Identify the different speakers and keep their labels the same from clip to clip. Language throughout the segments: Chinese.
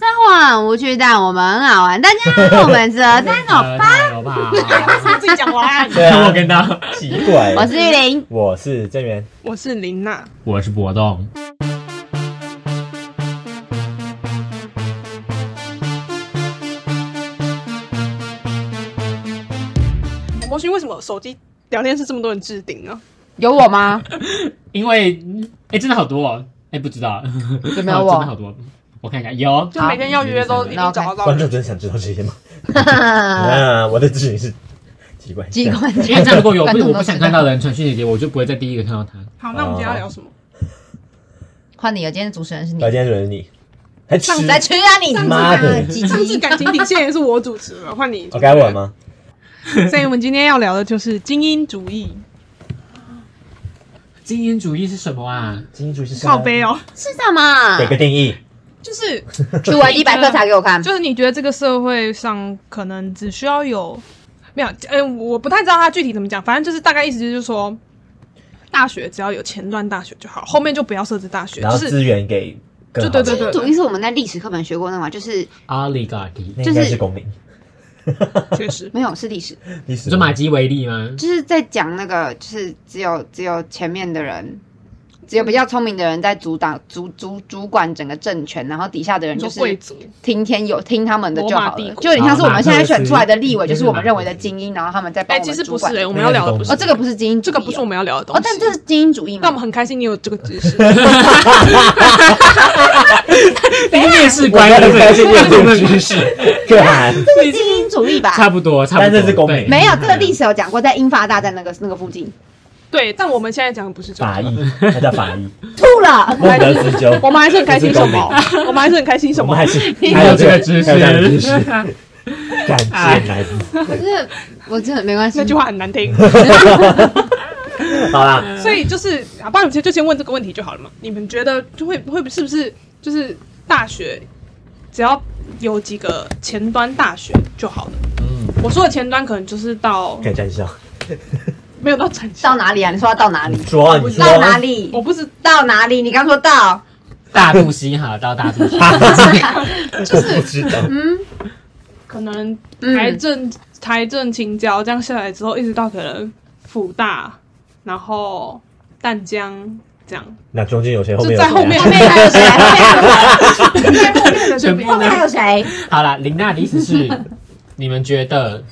Speaker 1: 上无趣，但我们很好玩。大家好，我们是三好
Speaker 2: 呃，大家好不好？
Speaker 3: 自己讲完
Speaker 4: 对啊
Speaker 2: 我，跟大家，
Speaker 4: 奇怪，
Speaker 1: 我是玉玲。
Speaker 4: 我是郑源，
Speaker 3: 我是林娜，
Speaker 2: 我是博栋，
Speaker 3: 魔勋为什么手机聊天室这么多人置顶呢？
Speaker 1: 有我吗？
Speaker 2: 因为哎、真的好多、哦，哎、不知道
Speaker 1: 有没有
Speaker 2: 真的好
Speaker 1: 我？
Speaker 2: 多，我看一下，有，
Speaker 3: 就每天要约 都一定找得到
Speaker 4: 观
Speaker 3: 人。
Speaker 4: 众真的想知道这些吗？啊，我的咨询是奇怪，
Speaker 1: 机关
Speaker 2: 因为这样如果有
Speaker 1: 观众
Speaker 2: 不
Speaker 1: 都
Speaker 2: 我不想看到的人传讯息给我，我就不会在第一个看到他。
Speaker 3: 好，那我们今天要聊什么？
Speaker 1: 换你了，今天的主持人是你
Speaker 4: 然后。今天主持人是你，还吃
Speaker 1: 上次来去啊你！
Speaker 4: 妈的
Speaker 1: 鸡
Speaker 3: 上次
Speaker 1: 鸡。
Speaker 3: 感情底线也是我主持了，换你。
Speaker 4: 嗯 我哦该我？吗？
Speaker 3: 所以我们今天要聊的就是精英主义，
Speaker 2: 精英主义是什么啊？
Speaker 4: 金主是什么
Speaker 3: 靠背哦，
Speaker 1: 是什么
Speaker 4: 给？个定义，
Speaker 3: 就是
Speaker 1: 读完一百课查给我看。
Speaker 3: 就是你觉得这个社会上可能只需要有没有？嗯、我不太知道他具体怎么讲，反正就是大概意思就是说，大学只要有前段大学就好，后面就不要设置大学，
Speaker 4: 然
Speaker 3: 就
Speaker 4: 后
Speaker 3: 是
Speaker 4: 资源给更好的，
Speaker 3: 对对对
Speaker 1: 主义是我们在历史课本学过的嘛？就是
Speaker 2: ，oligarchy，
Speaker 4: 那应该是公民，
Speaker 3: 确 实。
Speaker 1: 没有是历史，
Speaker 4: 历
Speaker 2: 你
Speaker 4: 史
Speaker 2: 说马基维利吗？
Speaker 1: 就是在讲那个，就是只有只有前面的人，只有比较聪明的人在主导主主主管整个政权，然后底下的人
Speaker 3: 你
Speaker 1: 就
Speaker 3: 说
Speaker 1: 是
Speaker 3: 贵族，
Speaker 1: 听天由听他们的就
Speaker 3: 罗
Speaker 1: 好
Speaker 3: 马帝
Speaker 1: 了，
Speaker 3: 国
Speaker 1: 就有点像是我们现在选出来的立委，
Speaker 2: 哦
Speaker 1: 就是我们认为的精英，然后他们再帮
Speaker 3: 哎、
Speaker 1: 我
Speaker 3: 其
Speaker 1: 们
Speaker 3: 实
Speaker 1: 主
Speaker 3: 不是
Speaker 1: 管
Speaker 3: 哎、。我们要聊的不是
Speaker 1: 哦，这个不是精英主
Speaker 3: 这
Speaker 1: 义哦，
Speaker 3: 个不是我们要聊的东
Speaker 1: 哦
Speaker 3: 西。，
Speaker 1: 但这是精英主义嘛
Speaker 3: 但我？们很开心你有这个知 识，
Speaker 2: 你面试
Speaker 4: 我
Speaker 2: 官
Speaker 4: 要
Speaker 2: 对不
Speaker 4: 开
Speaker 2: 对？
Speaker 4: 心阅读知识，干，
Speaker 1: 这是精英主义吧？
Speaker 2: 差不多，差不
Speaker 4: 但
Speaker 2: 多，
Speaker 4: 这是公民
Speaker 2: 对
Speaker 1: 没有，这个历史有讲过，在英法大战那个那个附近
Speaker 3: 对，但我们现在讲的不是这
Speaker 4: 法
Speaker 3: 个。
Speaker 4: 医，他叫法医，
Speaker 1: 吐了。
Speaker 4: 孟德斯鸠，
Speaker 3: 我们还是很开心，
Speaker 4: 这是
Speaker 3: 什
Speaker 4: 公民
Speaker 3: 么？我们还是很开心，什
Speaker 4: 我
Speaker 3: 么
Speaker 4: 们还？是
Speaker 2: 你
Speaker 4: 还
Speaker 2: 有这个知
Speaker 4: 还有这样的知识
Speaker 2: 识，
Speaker 4: 感谢来自
Speaker 1: 可是我真的没关系
Speaker 3: 那，句话很难 听，
Speaker 4: 好啦，
Speaker 3: 所以就是啊，爸，你就先问这个问题就好了嘛。你们觉得就会会是不是就是大学只要有几个前端大学就好了？
Speaker 4: 嗯，
Speaker 3: 我说的前端可能就是到
Speaker 4: 可以站上，
Speaker 3: 没有到成
Speaker 1: 到哪里啊？你说要到哪里
Speaker 4: 你？说你说
Speaker 1: 到哪？里？
Speaker 3: 我不是
Speaker 1: 到哪里？你刚说到，
Speaker 2: 大肚西哈到大肚西，
Speaker 4: 我不知道，
Speaker 3: 可能台
Speaker 1: 嗯，
Speaker 3: 政、台政青交这样下来之后，一直到可能辅大，然然后淡江这样。
Speaker 4: 那中间有谁？后面有
Speaker 3: 就在
Speaker 4: 谁啊
Speaker 3: 后面
Speaker 1: 后面还有谁？
Speaker 2: 全
Speaker 1: 后面还有谁后面
Speaker 2: 部
Speaker 1: 还有谁？
Speaker 2: 好啦，林娜的意思是， 你们觉得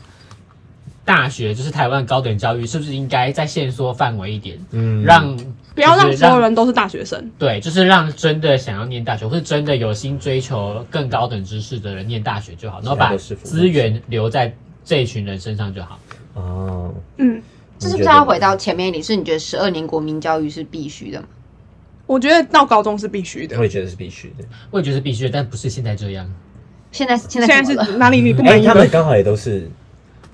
Speaker 2: 大学就是台湾高等教育，是不是应该再限缩范围一点，
Speaker 4: 嗯
Speaker 2: 让
Speaker 3: 不要
Speaker 2: 就是
Speaker 3: 让所有人都是大学生，
Speaker 2: 对，就是让真的想要念大学，或是真的有心追求更高等知识的人念大学就好，然后
Speaker 4: 现在
Speaker 2: 把
Speaker 4: 都是服务
Speaker 2: 资源留在这一群人身上就好。
Speaker 4: 哦，
Speaker 3: 嗯，
Speaker 1: 这是不是要回到前面一点？是你觉得十二年国民教育是必须的吗？
Speaker 3: 我觉得到高中是必须的。
Speaker 4: 我也觉得是必须的。
Speaker 2: 我也觉得是必须的，但不是现在这样。
Speaker 1: 现在现
Speaker 3: 现
Speaker 1: 在
Speaker 3: 在
Speaker 1: 怎么了
Speaker 3: 是哪里你不
Speaker 4: 哎、
Speaker 3: 满意
Speaker 4: 他
Speaker 3: 吗？
Speaker 4: 们刚好也都是，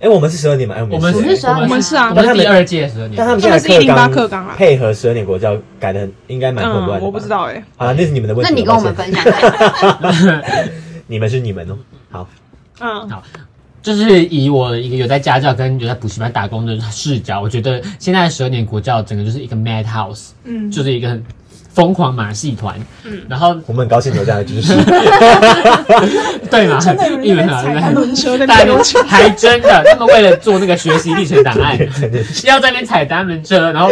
Speaker 4: 哎、我们是十二年嘛，哎、
Speaker 2: 我
Speaker 4: 我
Speaker 2: 们
Speaker 4: 们
Speaker 2: 是，
Speaker 1: 是12
Speaker 2: 我
Speaker 3: 我
Speaker 2: 们
Speaker 3: 们是啊
Speaker 2: 我们是第二届十二年
Speaker 4: 但他
Speaker 2: 级，
Speaker 4: 们现在
Speaker 3: 他们是108
Speaker 4: 课
Speaker 3: 课纲啊
Speaker 4: 配合十二年国教改的，应该蛮混乱
Speaker 3: 嗯，
Speaker 4: 的、
Speaker 3: 我不知。道哎、
Speaker 4: 好了，那是你们的问
Speaker 1: 那
Speaker 4: 题。
Speaker 1: 你跟我们分享一下。
Speaker 4: 你们是你们哦、好，
Speaker 3: 嗯，
Speaker 2: 就是以我一个有在家教跟有在补习班打工的视角，我觉得现在十二年国教整个就是一个 mad house，
Speaker 3: 嗯
Speaker 2: 就是一个很疯狂马戏团。嗯
Speaker 3: 嗯，
Speaker 2: 然后
Speaker 4: 我们很高兴有这样的知识。
Speaker 2: 对嘛，一轮啊，
Speaker 3: 踩轮车在
Speaker 2: 大
Speaker 3: 那
Speaker 2: 家
Speaker 3: 边，
Speaker 2: 还真的，他们为了做那个学习历程档案，要在那边踩单轮车，然后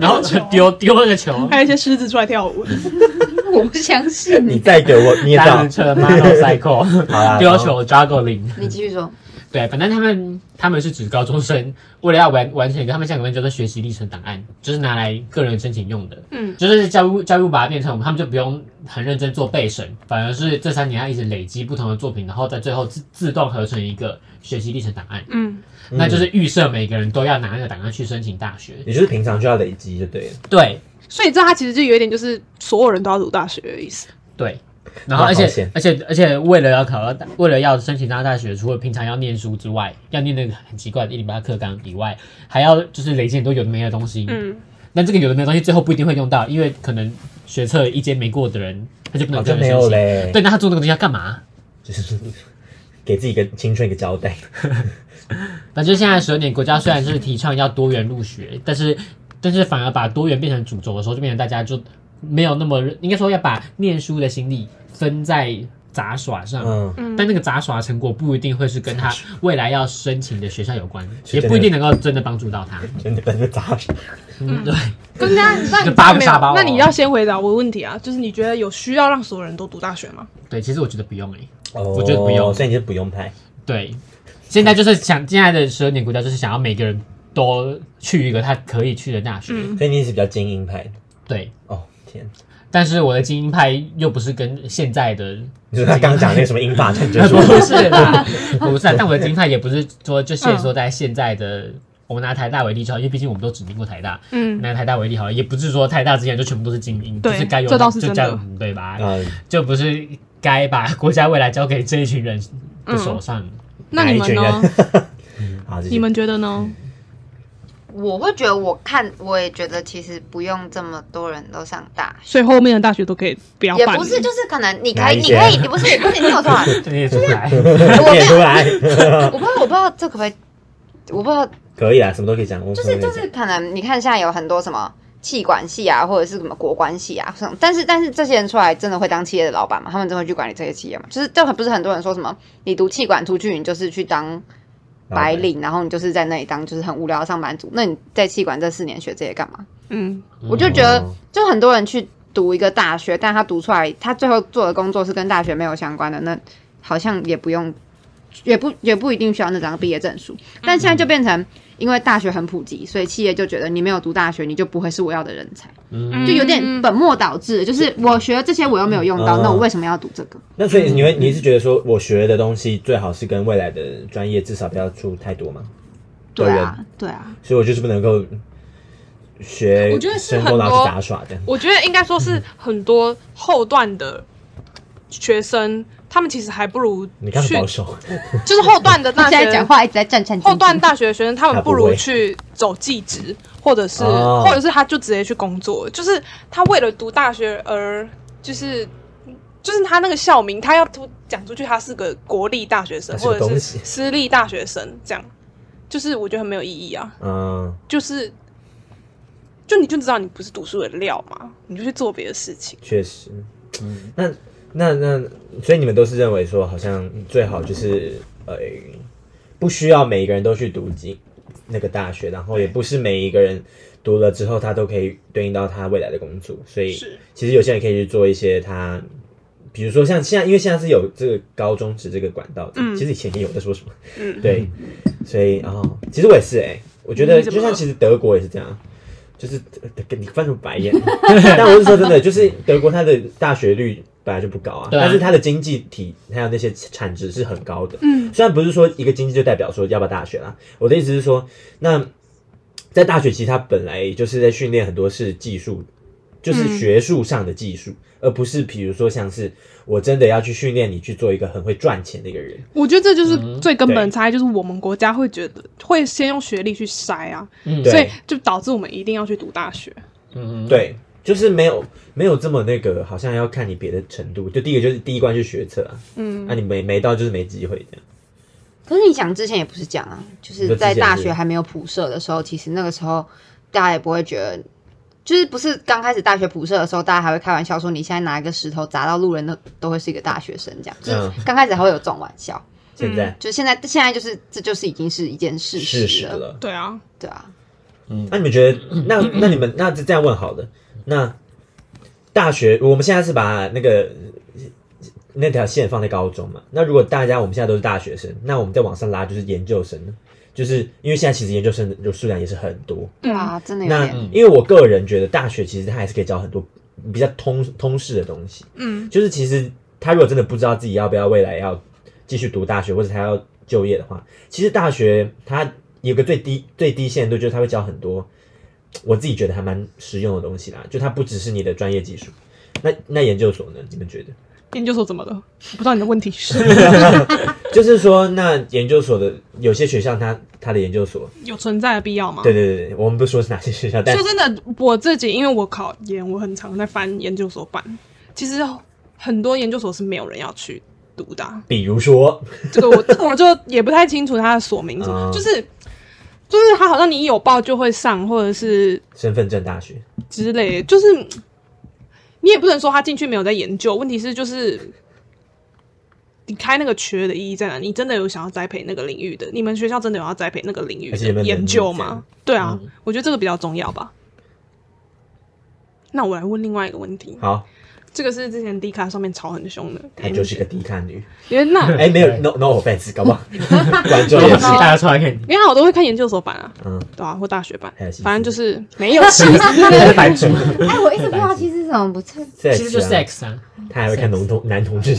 Speaker 2: 然后就丢丢那个球，
Speaker 3: 还有一些狮子出来跳舞，
Speaker 1: 我不 相信
Speaker 4: 你再给我，你也知
Speaker 2: 单
Speaker 4: 道
Speaker 2: 轮。车 motorcycle，
Speaker 4: 好啦，
Speaker 2: 丢球 juggling，
Speaker 1: 你继续说，
Speaker 2: 对，反正他们他们是指高中生，为了要完完成一个他们像个叫做学习历程档案，就是拿来个人申请用的。
Speaker 3: 嗯，
Speaker 2: 就是教育部教育部把它变成，他们就不用很认真做备审，反而是这三年要一直累积不同的作品，然后在最后自自动合成一个学习历程档案。
Speaker 3: 嗯，
Speaker 2: 那就是预设每个人都要拿那个档案去申请大学。
Speaker 4: 你就是平常就要累积就对了。
Speaker 2: 对
Speaker 3: 所以这他其实就有一点就是所有人都要读大学的意思，
Speaker 2: 对，然后
Speaker 4: 哇
Speaker 2: 而
Speaker 4: 好
Speaker 2: 且
Speaker 4: 险
Speaker 2: 而且而且为了要考到大，为了要申请到大学，除了平常要念书之外，要念那个很奇怪的一零八课纲以外，还要就是累积很多有的没的东西。
Speaker 3: 嗯，
Speaker 2: 那这个有的没的东西最后不一定会用到，因为可能学测一阶没过的人，他就不
Speaker 4: 好
Speaker 2: 能真
Speaker 4: 像
Speaker 2: 的
Speaker 4: 没
Speaker 2: 申
Speaker 4: 有
Speaker 2: 请。
Speaker 4: 嘞，
Speaker 2: 对，那他做那个东西要干嘛？
Speaker 4: 就是给自己一个青春一个交代。
Speaker 2: 反正现在十二年国家虽然是提倡要多元入学，但是但是反而把多元变成主轴的时候，就变成大家就没有那么认应该说要把念书的心力分在杂耍上。
Speaker 4: 嗯，
Speaker 3: 嗯，
Speaker 2: 但那个杂耍的成果不一定会是跟他未来要申请的学校有关，
Speaker 4: 是
Speaker 2: 也
Speaker 4: 真的
Speaker 2: 不一定能够真的帮助到他。
Speaker 4: 真的感觉砸死。
Speaker 2: 嗯，对，
Speaker 3: 跟大家，那
Speaker 2: 就
Speaker 3: 你
Speaker 2: 八个
Speaker 3: 没
Speaker 2: 沙
Speaker 3: 有
Speaker 2: 包？
Speaker 3: 那你要先回答我的问题啊，就是你觉得有需要让所有人都读大学吗？
Speaker 2: 对，其实我觉得不用诶、欸
Speaker 4: 我
Speaker 2: 觉得不用
Speaker 4: 所以你是不用拍。
Speaker 2: 对，现在就是想现在的十二年国家就是想要每个人都去一个他可以去的大学。
Speaker 3: 嗯
Speaker 4: 所以你是比较精英派的。
Speaker 2: 对，
Speaker 4: 哦天，
Speaker 2: 但是我的精英派又不是跟现在 的
Speaker 4: 你说他刚讲那个什么英法战争，
Speaker 2: 不是啦，不是啦，但我的金派也不是说就限缩在现在的。我们拿台大为例就好，因为毕竟我们都指定过台大。
Speaker 3: 嗯，
Speaker 2: 拿台大为例好了，也不是说台大之前就全部都是精英，就
Speaker 3: 对
Speaker 2: 是该有
Speaker 3: 这倒是
Speaker 2: 就
Speaker 3: 真的
Speaker 2: 交对吧？
Speaker 4: 啊，
Speaker 2: 就不是该把国家未来交给这一群人的手上。
Speaker 3: 那你们
Speaker 4: 哪一啊
Speaker 3: 呢？
Speaker 4: 好，继续
Speaker 3: 你们觉得呢？
Speaker 1: 我会觉得，我看我也觉得，其实不用这么多人都上大学，
Speaker 3: 所以后面的大学都可以不要
Speaker 1: 也
Speaker 3: 办，
Speaker 1: 不是，就是可能你可
Speaker 4: 哪
Speaker 1: 以，
Speaker 4: 一
Speaker 1: 你
Speaker 4: 些
Speaker 1: 可以，你不是不是，你有 多少？
Speaker 2: 这也出来，
Speaker 1: 我没
Speaker 4: 念出
Speaker 1: 有，
Speaker 4: 来，
Speaker 1: 我不知道，我不知道这可不可以，我不知道，
Speaker 4: 可以啊，什么都可以讲，我
Speaker 1: 就
Speaker 4: 什
Speaker 1: 是
Speaker 4: 么都
Speaker 1: 就
Speaker 4: 可
Speaker 1: 是，
Speaker 4: 以讲
Speaker 1: 可能你看现在有很多什么气管系啊，或者是什么国关系啊，什么，但是但是这些人出来真的会当企业的老板吗？他们真的会去管理这些企业吗？就是就很不是很多人说什么，你读气管出去，你就是去当
Speaker 4: 然后
Speaker 1: 白领，然后你就是在那里当就是很无聊的上班族，那你在气管这四年学这些干嘛？
Speaker 3: 嗯，
Speaker 1: 我就觉得
Speaker 4: 哦，
Speaker 1: 就很多人去读一个大学，但他读出来，他最后做的工作是跟大学没有相关的，那好像也不用，也不也不一定需要那张毕业证书。但现在就
Speaker 3: 嗯
Speaker 1: 变成，因为大学很普及，所以企业就觉得你没有读大学，你就不会是我要的人才，
Speaker 2: 嗯，
Speaker 1: 就有点
Speaker 3: 嗯
Speaker 1: 本末倒置。就是我学了这些，我又没有用到，
Speaker 4: 嗯
Speaker 1: 那我为什么要读这个？
Speaker 4: 那所以你会你是觉得说我学的东西最好是跟未来的专业至少不要出太多吗？
Speaker 1: 对
Speaker 4: 对
Speaker 1: 啊
Speaker 4: 啊，
Speaker 1: 对啊，
Speaker 4: 所以我就是不能够学，
Speaker 3: 我觉得是
Speaker 4: 深工然
Speaker 3: 很
Speaker 4: 后
Speaker 3: 多
Speaker 4: 去杂耍的。
Speaker 3: 我觉得应该说是很多后段的学生，他们其实还不如
Speaker 4: 你看很
Speaker 3: 去
Speaker 4: 保，守，
Speaker 3: 就是后段 的
Speaker 1: 他
Speaker 3: 大
Speaker 1: 现在讲
Speaker 3: 学。
Speaker 1: 话一直在战战
Speaker 3: 后
Speaker 1: 兢
Speaker 3: 段
Speaker 1: 兢。
Speaker 3: 大学的学生，他
Speaker 4: 他
Speaker 3: 们
Speaker 4: 不
Speaker 3: 不如
Speaker 4: 会
Speaker 3: 去走技职，或者是，
Speaker 4: 哦
Speaker 3: 或者是他就直接去工作。就是他为了读大学而，就是，就是他那个校名，他要突讲出去，他是个国立大学生，
Speaker 4: 他是个
Speaker 3: 或者
Speaker 4: 东
Speaker 3: 是
Speaker 4: 西
Speaker 3: 私立大学生，这样，就是我觉得很没有意义啊。
Speaker 4: 嗯，
Speaker 3: 就是，就你就知道你不是读书的料嘛，你就去做别的事情。
Speaker 4: 确实。
Speaker 3: 嗯
Speaker 4: 那那那，所以你们都是认为说，好像最好就是呃，不需要每一个人都去读进那个大学，然后也不是每一个人读了之后，他都可以对应到他未来的工作。所以
Speaker 3: 是
Speaker 4: 其实有些人可以去做一些他。比如说像现在，因为现在是有这个高中职这个管道的，
Speaker 3: 嗯
Speaker 4: 其实以前也有在说什么，
Speaker 3: 嗯
Speaker 4: 对，所以然后、其实我也是哎、我觉得
Speaker 3: 你怎么
Speaker 4: 就像
Speaker 3: 了
Speaker 4: 其实德国也是这样，啊就是呃跟你翻什么白 眼？但我是说真的，就是德国它的大学率本来就不高啊，
Speaker 2: 对啊
Speaker 4: 但是它的经济体还有那些产值是很高的。嗯，虽然不是说一个经济就代表说要不要大学啦，我的意思是说，那在大学其实它本来就是在训练很多是技术，就是学术上的技
Speaker 3: 嗯
Speaker 4: 术，而不是比如说像是我真的要去训练你去做一个很会赚钱的一个人。
Speaker 3: 我觉得这就是
Speaker 2: 嗯
Speaker 3: 最根本的
Speaker 4: 对
Speaker 3: 差异，就是我们国家会觉得会先用学历去筛啊，
Speaker 2: 嗯
Speaker 4: 对
Speaker 3: 所以就导致我们一定要去读大学。
Speaker 2: 嗯，
Speaker 4: 对，就是没有没有这么那个，好像要看你别的程度。就第一个就是第一关就是学测啊，
Speaker 3: 嗯
Speaker 4: 那、你没没到就是没机会这样。
Speaker 1: 可是你想之前也不是这样啊，就
Speaker 4: 你
Speaker 1: 是
Speaker 4: 说之
Speaker 1: 在
Speaker 4: 前
Speaker 1: 大
Speaker 4: 是
Speaker 1: 学还没有普社的时候，其实那个时候大家也不会觉得，就是不是刚开始大学普社的时候，大家还会开玩笑说你现在拿一个石头砸到路人都都会是一个大学生这样，就是
Speaker 4: 嗯
Speaker 1: 刚开始还会有这种玩笑，
Speaker 4: 现在
Speaker 1: 就现在现在就是这就是已经嗯是一件事
Speaker 4: 事
Speaker 1: 实
Speaker 4: 实
Speaker 1: 了，
Speaker 4: 了。
Speaker 3: 对啊，
Speaker 1: 对啊，
Speaker 4: 那、你们觉得，那那你们那这样问好了，那大学我们现在是把那个那条线放在高中嘛？那如果大家我们现在都是大学生，那我们再往上拉就是研究生呢？就是因为现在其实研究生的数量也是很多，
Speaker 3: 嗯
Speaker 1: 对啊，真的有
Speaker 4: 那
Speaker 1: 点，
Speaker 4: 因为我个人觉得大学其实它还是可以教很多比较通通识的东西，
Speaker 3: 嗯，
Speaker 4: 就是其实他如果真的不知道自己要不要未来要继续读大学，或者他要就业的话，其实大学它有个最低最低限度，就是他会教很多我自己觉得还蛮实用的东西啦，就它不只是你的专业技术。那那研究所呢？你们觉得？
Speaker 3: 研究所怎么了？我不知道你的问题是
Speaker 4: 就是说，那研究所的有些学校它，它的研究所，
Speaker 3: 有存在的必要吗？
Speaker 4: 对。对对对，我们不说是哪些学校，但
Speaker 3: 说真的，我自己因为我考研，我很常在翻研究所版。其实很多研究所是没有人要去读的啊、
Speaker 4: 比如说，
Speaker 3: 这个我这个我就 也不太清楚他的所名什么，
Speaker 4: 嗯
Speaker 3: 就是就是他好像你有报就会上，或者是
Speaker 4: 身份证大学，
Speaker 3: 之类的，就是你也不能说他进去没有在研究，问题是就是你开那个缺的意义在哪？你真的有想要栽培那个领域的？你们学校真的有要栽培那个领域
Speaker 4: 而且有没
Speaker 3: 的
Speaker 4: 有
Speaker 3: 研
Speaker 4: 能力
Speaker 3: 究
Speaker 4: 这
Speaker 3: 吗
Speaker 4: 样？
Speaker 3: 对啊，
Speaker 2: 嗯
Speaker 3: 我觉得这个比较重要吧。那我来问另外一个问题，
Speaker 4: 好，
Speaker 3: 这个是之前 D 卡上面吵很凶的，
Speaker 4: 她就是个低看女。
Speaker 3: 因为那
Speaker 4: 哎，没有
Speaker 2: 嗯对
Speaker 4: ，no no offense，搞 不好观众也
Speaker 2: 对，
Speaker 4: 是。
Speaker 2: 大家出来看你，
Speaker 3: 因为他我都会看研究所版啊，
Speaker 4: 嗯，
Speaker 3: 对啊，或大学版
Speaker 4: 还有西，
Speaker 3: 反正就是
Speaker 1: 没有气 质。
Speaker 2: 你是白猪，
Speaker 1: 哎，我一直不知道气质怎么不称，
Speaker 4: 其
Speaker 2: 其实就 sex 啊，
Speaker 4: 他还会看男同男同 志，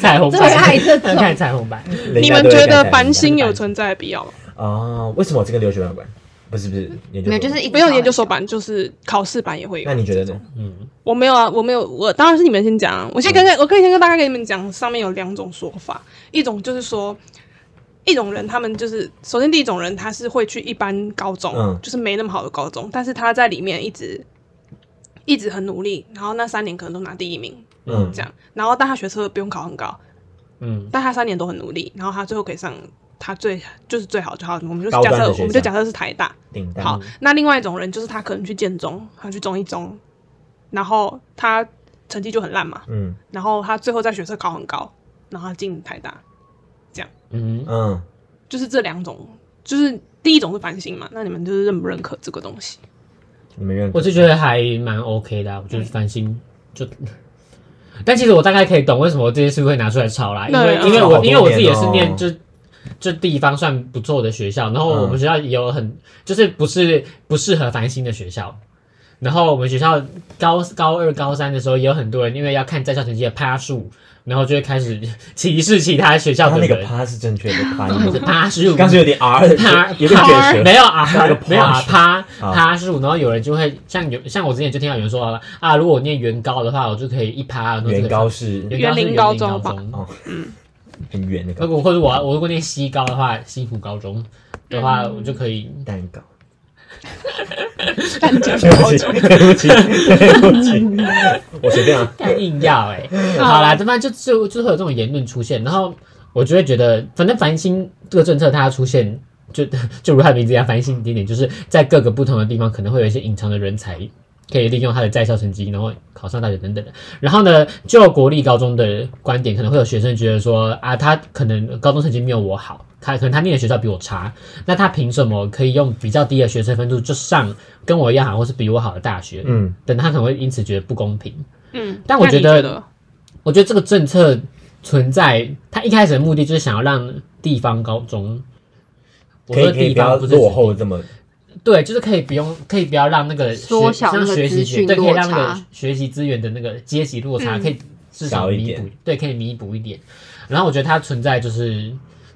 Speaker 2: 彩虹
Speaker 1: 最爱
Speaker 2: 白，
Speaker 1: 这种
Speaker 2: 他看彩虹白，
Speaker 3: 你们觉得繁星有存在的必要吗？
Speaker 4: 啊？为什么我这跟留学有关？不是不是，研究
Speaker 1: 没有
Speaker 4: 所
Speaker 1: 就是一直
Speaker 3: 不用研究所版，就是考试版也会有
Speaker 4: 那。你觉得呢？
Speaker 2: 嗯，
Speaker 3: 我没有啊，我没有，我当然是你们先讲啊。我先
Speaker 4: 嗯
Speaker 3: 跟我可以先跟大家跟你们讲，上面有两种说法，一种就是说，一种人他们就是，首先第一种人他是会去一般高中，
Speaker 4: 嗯
Speaker 3: 就是没那么好的高中，但是他在里面一直一直很努力，然后那三年可能都拿第一名
Speaker 4: 嗯
Speaker 3: 这样，然后但他学测不用考很高，
Speaker 2: 嗯，
Speaker 3: 但他三年都很努力，然后他最后可以上他最就是最好就好，我们就
Speaker 4: 高
Speaker 3: 假
Speaker 4: 端的
Speaker 3: 设
Speaker 4: 学
Speaker 3: 我
Speaker 4: 校
Speaker 3: 们就假设是台大，
Speaker 4: 顶大
Speaker 3: 好，那另外一种人就是他可能去建中，他去中一中，然后他成绩就很烂嘛，
Speaker 4: 嗯
Speaker 3: 然后他最后在学测考很高，然后他进台大，
Speaker 2: 嗯，
Speaker 4: 嗯，
Speaker 3: 就是这两种，就是第一种是反省嘛，那你们就是认不认可这个 东西？
Speaker 4: 你们愿
Speaker 2: 我就觉得还蛮 OK 的啊、我觉得翻新就。但其实我大概可以懂为什么这件事会拿出来炒啦，因为
Speaker 3: 对啊
Speaker 2: 因为
Speaker 4: 炒好
Speaker 2: 我
Speaker 4: 多
Speaker 2: 因为我自己也是
Speaker 4: 年
Speaker 2: 念
Speaker 4: 哦
Speaker 2: 就这地方算不错的学校，然后我们
Speaker 4: 嗯
Speaker 2: 学校也有很就是不是不适合繁星的学校，然后我们学校高高二高三的时候也有很多人因为要看在校成绩的趴数，然后就会开始 歧视其他学校
Speaker 4: 他
Speaker 2: 的
Speaker 4: 那个
Speaker 2: 人，
Speaker 4: 趴是正确的趴
Speaker 2: 就是
Speaker 4: 音，
Speaker 2: 趴数，
Speaker 4: 刚才有点 R，的
Speaker 2: 趴
Speaker 4: 有点
Speaker 2: 趴
Speaker 4: 卷舌
Speaker 2: 没。有啊
Speaker 4: 那个，
Speaker 2: 没有啊，趴
Speaker 4: 啊
Speaker 2: 趴树，然后有人就会像有像我之前就听到有人说啊，如果我念原高的话，我就可以一趴，然后就可以
Speaker 4: 原高是
Speaker 2: 原是
Speaker 3: 园林
Speaker 2: 高
Speaker 3: 高
Speaker 2: 中
Speaker 3: 中吧
Speaker 4: 哦，很圆那
Speaker 2: 如
Speaker 4: 个
Speaker 2: 果或者我我如果念西高的话，西湖高中的话，
Speaker 3: 嗯
Speaker 2: 我就可以
Speaker 4: 蛋 糕。
Speaker 3: 但 讲
Speaker 4: 对不起， 对不起，对不起， 我随便啊。
Speaker 2: 干硬要哎、好啦，他妈就就就会有这种言论出现，然后我就会觉得，反正繁星这个政策它出现，就 就如它的名字一样，繁星点点，就是在各个不同的地方可能会有一些隐藏的人才。可以利用他的在校成绩，然后考上大学等等的。然后呢，就国立高中的观点，可能会有学生觉得说啊，他可能高中成绩没有我好，他可能他念的学校比我差，那他凭什么可以用比较低的学生分数就上跟我一样好，或是比我好的大学？嗯，
Speaker 4: 嗯，
Speaker 2: 等他可能会因此觉得不公平。
Speaker 3: 嗯，
Speaker 2: 但我
Speaker 3: 那你
Speaker 2: 觉
Speaker 3: 觉
Speaker 2: 得我觉得这个政策存在，它一开始的目的就是想要让地方高中，嗯我
Speaker 4: 可
Speaker 2: 说
Speaker 4: 以可以
Speaker 2: 地
Speaker 4: 不要
Speaker 2: 方不是
Speaker 4: 落后这么，
Speaker 2: 对，就是可以不用，可以不要让那个学
Speaker 1: 缩小那
Speaker 2: 像
Speaker 1: 个
Speaker 2: 学习
Speaker 1: 资讯
Speaker 2: 对，可以
Speaker 1: 落
Speaker 2: 让那个
Speaker 1: 差
Speaker 2: 学习资源的那个阶级落差、
Speaker 3: 嗯
Speaker 2: 可以至少
Speaker 4: 小一
Speaker 2: 弥补
Speaker 4: 点，
Speaker 2: 对，可以弥补一点。然后我觉得它存在就是。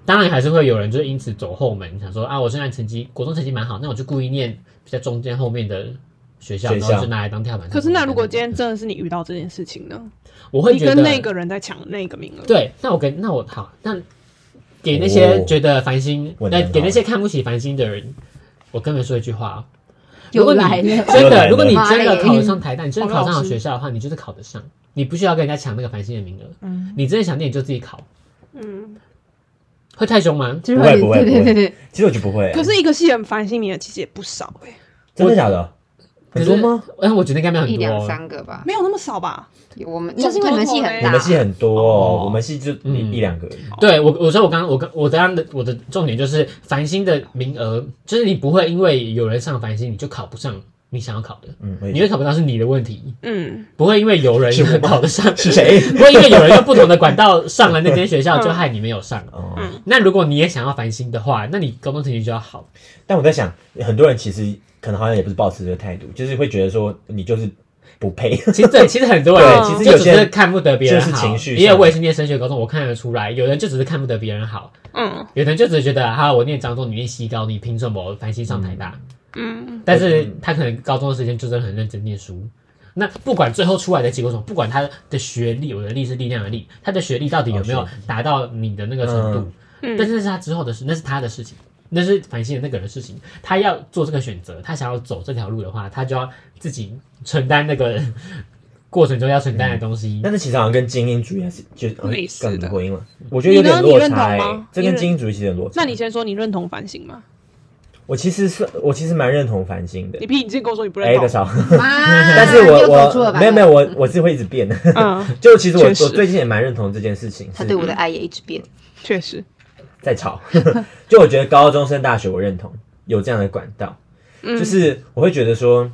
Speaker 2: 当然还是会有人就是因此走后门，想说啊，我现在成绩国中成绩蛮好，那我就故意念比较中间后面的学校，
Speaker 4: 学校
Speaker 2: 然后就拿来当跳板。
Speaker 3: 可是那如果今天真的是你遇到这件事情呢？
Speaker 2: 我会
Speaker 3: 你
Speaker 2: 觉得
Speaker 3: 跟那个人在抢那个名额，
Speaker 2: 对，那我给那我好，那给那些觉得繁星，
Speaker 4: 哦
Speaker 2: 那、给那些看不起繁星的人，我跟你们说一句话、哦，如
Speaker 1: 又
Speaker 2: 果你
Speaker 1: 来了。
Speaker 2: 真
Speaker 4: 又来
Speaker 2: 的，
Speaker 4: 了
Speaker 2: 如果你
Speaker 1: 妈
Speaker 2: 真的
Speaker 1: 嘞
Speaker 2: 考得上台大，你真的考上
Speaker 3: 黄老
Speaker 2: 好
Speaker 3: 师
Speaker 2: 学校的话，你就是考得上，你不需要跟人家抢那个繁星的名额，
Speaker 3: 嗯
Speaker 2: 你真的想念你就自己考，
Speaker 3: 嗯。
Speaker 2: 会太凶吗？
Speaker 1: 就是
Speaker 4: 不会不会
Speaker 1: 对对
Speaker 4: 不
Speaker 1: 对
Speaker 4: 会
Speaker 1: 对，
Speaker 4: 其实我就不会。
Speaker 3: 可是一个系很烦心你的其实也不少哎、
Speaker 4: 真的假的？
Speaker 2: 可
Speaker 4: 很
Speaker 2: 是
Speaker 4: 多吗？？
Speaker 2: 嗯，我觉得应该没有
Speaker 1: 一
Speaker 2: 很多、
Speaker 1: 两
Speaker 2: 哦。
Speaker 1: 三个吧。
Speaker 3: 没有那么少吧？
Speaker 1: 我们就是因为你们戏
Speaker 3: 哎
Speaker 1: 很
Speaker 4: 我
Speaker 1: 大
Speaker 4: 们，系很多，
Speaker 2: 哦
Speaker 4: 哦，我们系就
Speaker 2: 嗯
Speaker 4: 一一两个而已。
Speaker 2: 对我，我说我刚刚我刚我刚刚的我的重点就是繁星的名额，就是你不会因为有人上繁星你就考不上你想要考的，
Speaker 4: 嗯，我也
Speaker 2: 你会考不上是你的问题，
Speaker 3: 嗯，
Speaker 2: 不会因为有人
Speaker 4: 是我吗
Speaker 2: 考得上
Speaker 4: 是谁？
Speaker 2: 不会因为有人用不同的管道上了那间学校，就害你没有上。
Speaker 4: 哦，
Speaker 3: 嗯
Speaker 2: 那如果你也想要繁星的话，那你高中成绩就要好。
Speaker 4: 但我在想，很多人其实可能好像也不是抱持这个态度，就是会觉得说你就是不 配。
Speaker 2: 其实对，其实很多人
Speaker 3: 对其
Speaker 4: 实有
Speaker 2: 就只
Speaker 4: 些
Speaker 2: 是看不得别人好，
Speaker 4: 就是情绪上
Speaker 2: 因为我也是念升学高中，我看得出来，有人就只是看不得别人好，
Speaker 3: 嗯
Speaker 2: 有人就只是觉得啊，我念彰中，你念西高，你凭什么繁星上台大？
Speaker 3: 嗯，
Speaker 2: 但是他可能高中的时间就真的很认真念书。那不管最后出来的结果是什么，不管他的学历，我的力是力量的力，他的学历到底有没有
Speaker 4: 哦学
Speaker 2: 达到你的那个程度，
Speaker 3: 嗯
Speaker 2: 但是那是他之后的事，那是他的事情，那是反省的那个人的事情。他要做这个选择，他想要走这条路的话，他就要自己承担那个过程中要承担的东西。
Speaker 4: 但是其实好像跟精英主义还是就
Speaker 3: 类似的
Speaker 4: 更回应了，我觉得有点
Speaker 3: 你呢
Speaker 4: 落
Speaker 3: 你认同
Speaker 4: 差欸
Speaker 3: 吗。
Speaker 4: 这
Speaker 3: 你
Speaker 4: 跟
Speaker 3: 认
Speaker 4: 精英主义其实有点落差。
Speaker 3: 那你先说，你认同反省吗？
Speaker 4: 我其实是我其实蛮认同繁星的
Speaker 3: 你。屁！你之前跟我说你不认
Speaker 4: 哎，
Speaker 3: 同
Speaker 4: 大，少， 但
Speaker 1: 但
Speaker 4: 是我我没有没有，我我是会一直变的。
Speaker 3: 嗯，
Speaker 4: 就其实我
Speaker 3: 确实
Speaker 4: 我最近也蛮认同这件事情，
Speaker 1: 他
Speaker 4: 是
Speaker 1: 对我的爱也一直变。
Speaker 3: 确实，
Speaker 4: 在吵。 就我觉得高中升大学，我认同有这样的管道，
Speaker 3: 嗯
Speaker 4: 就是我会觉得说，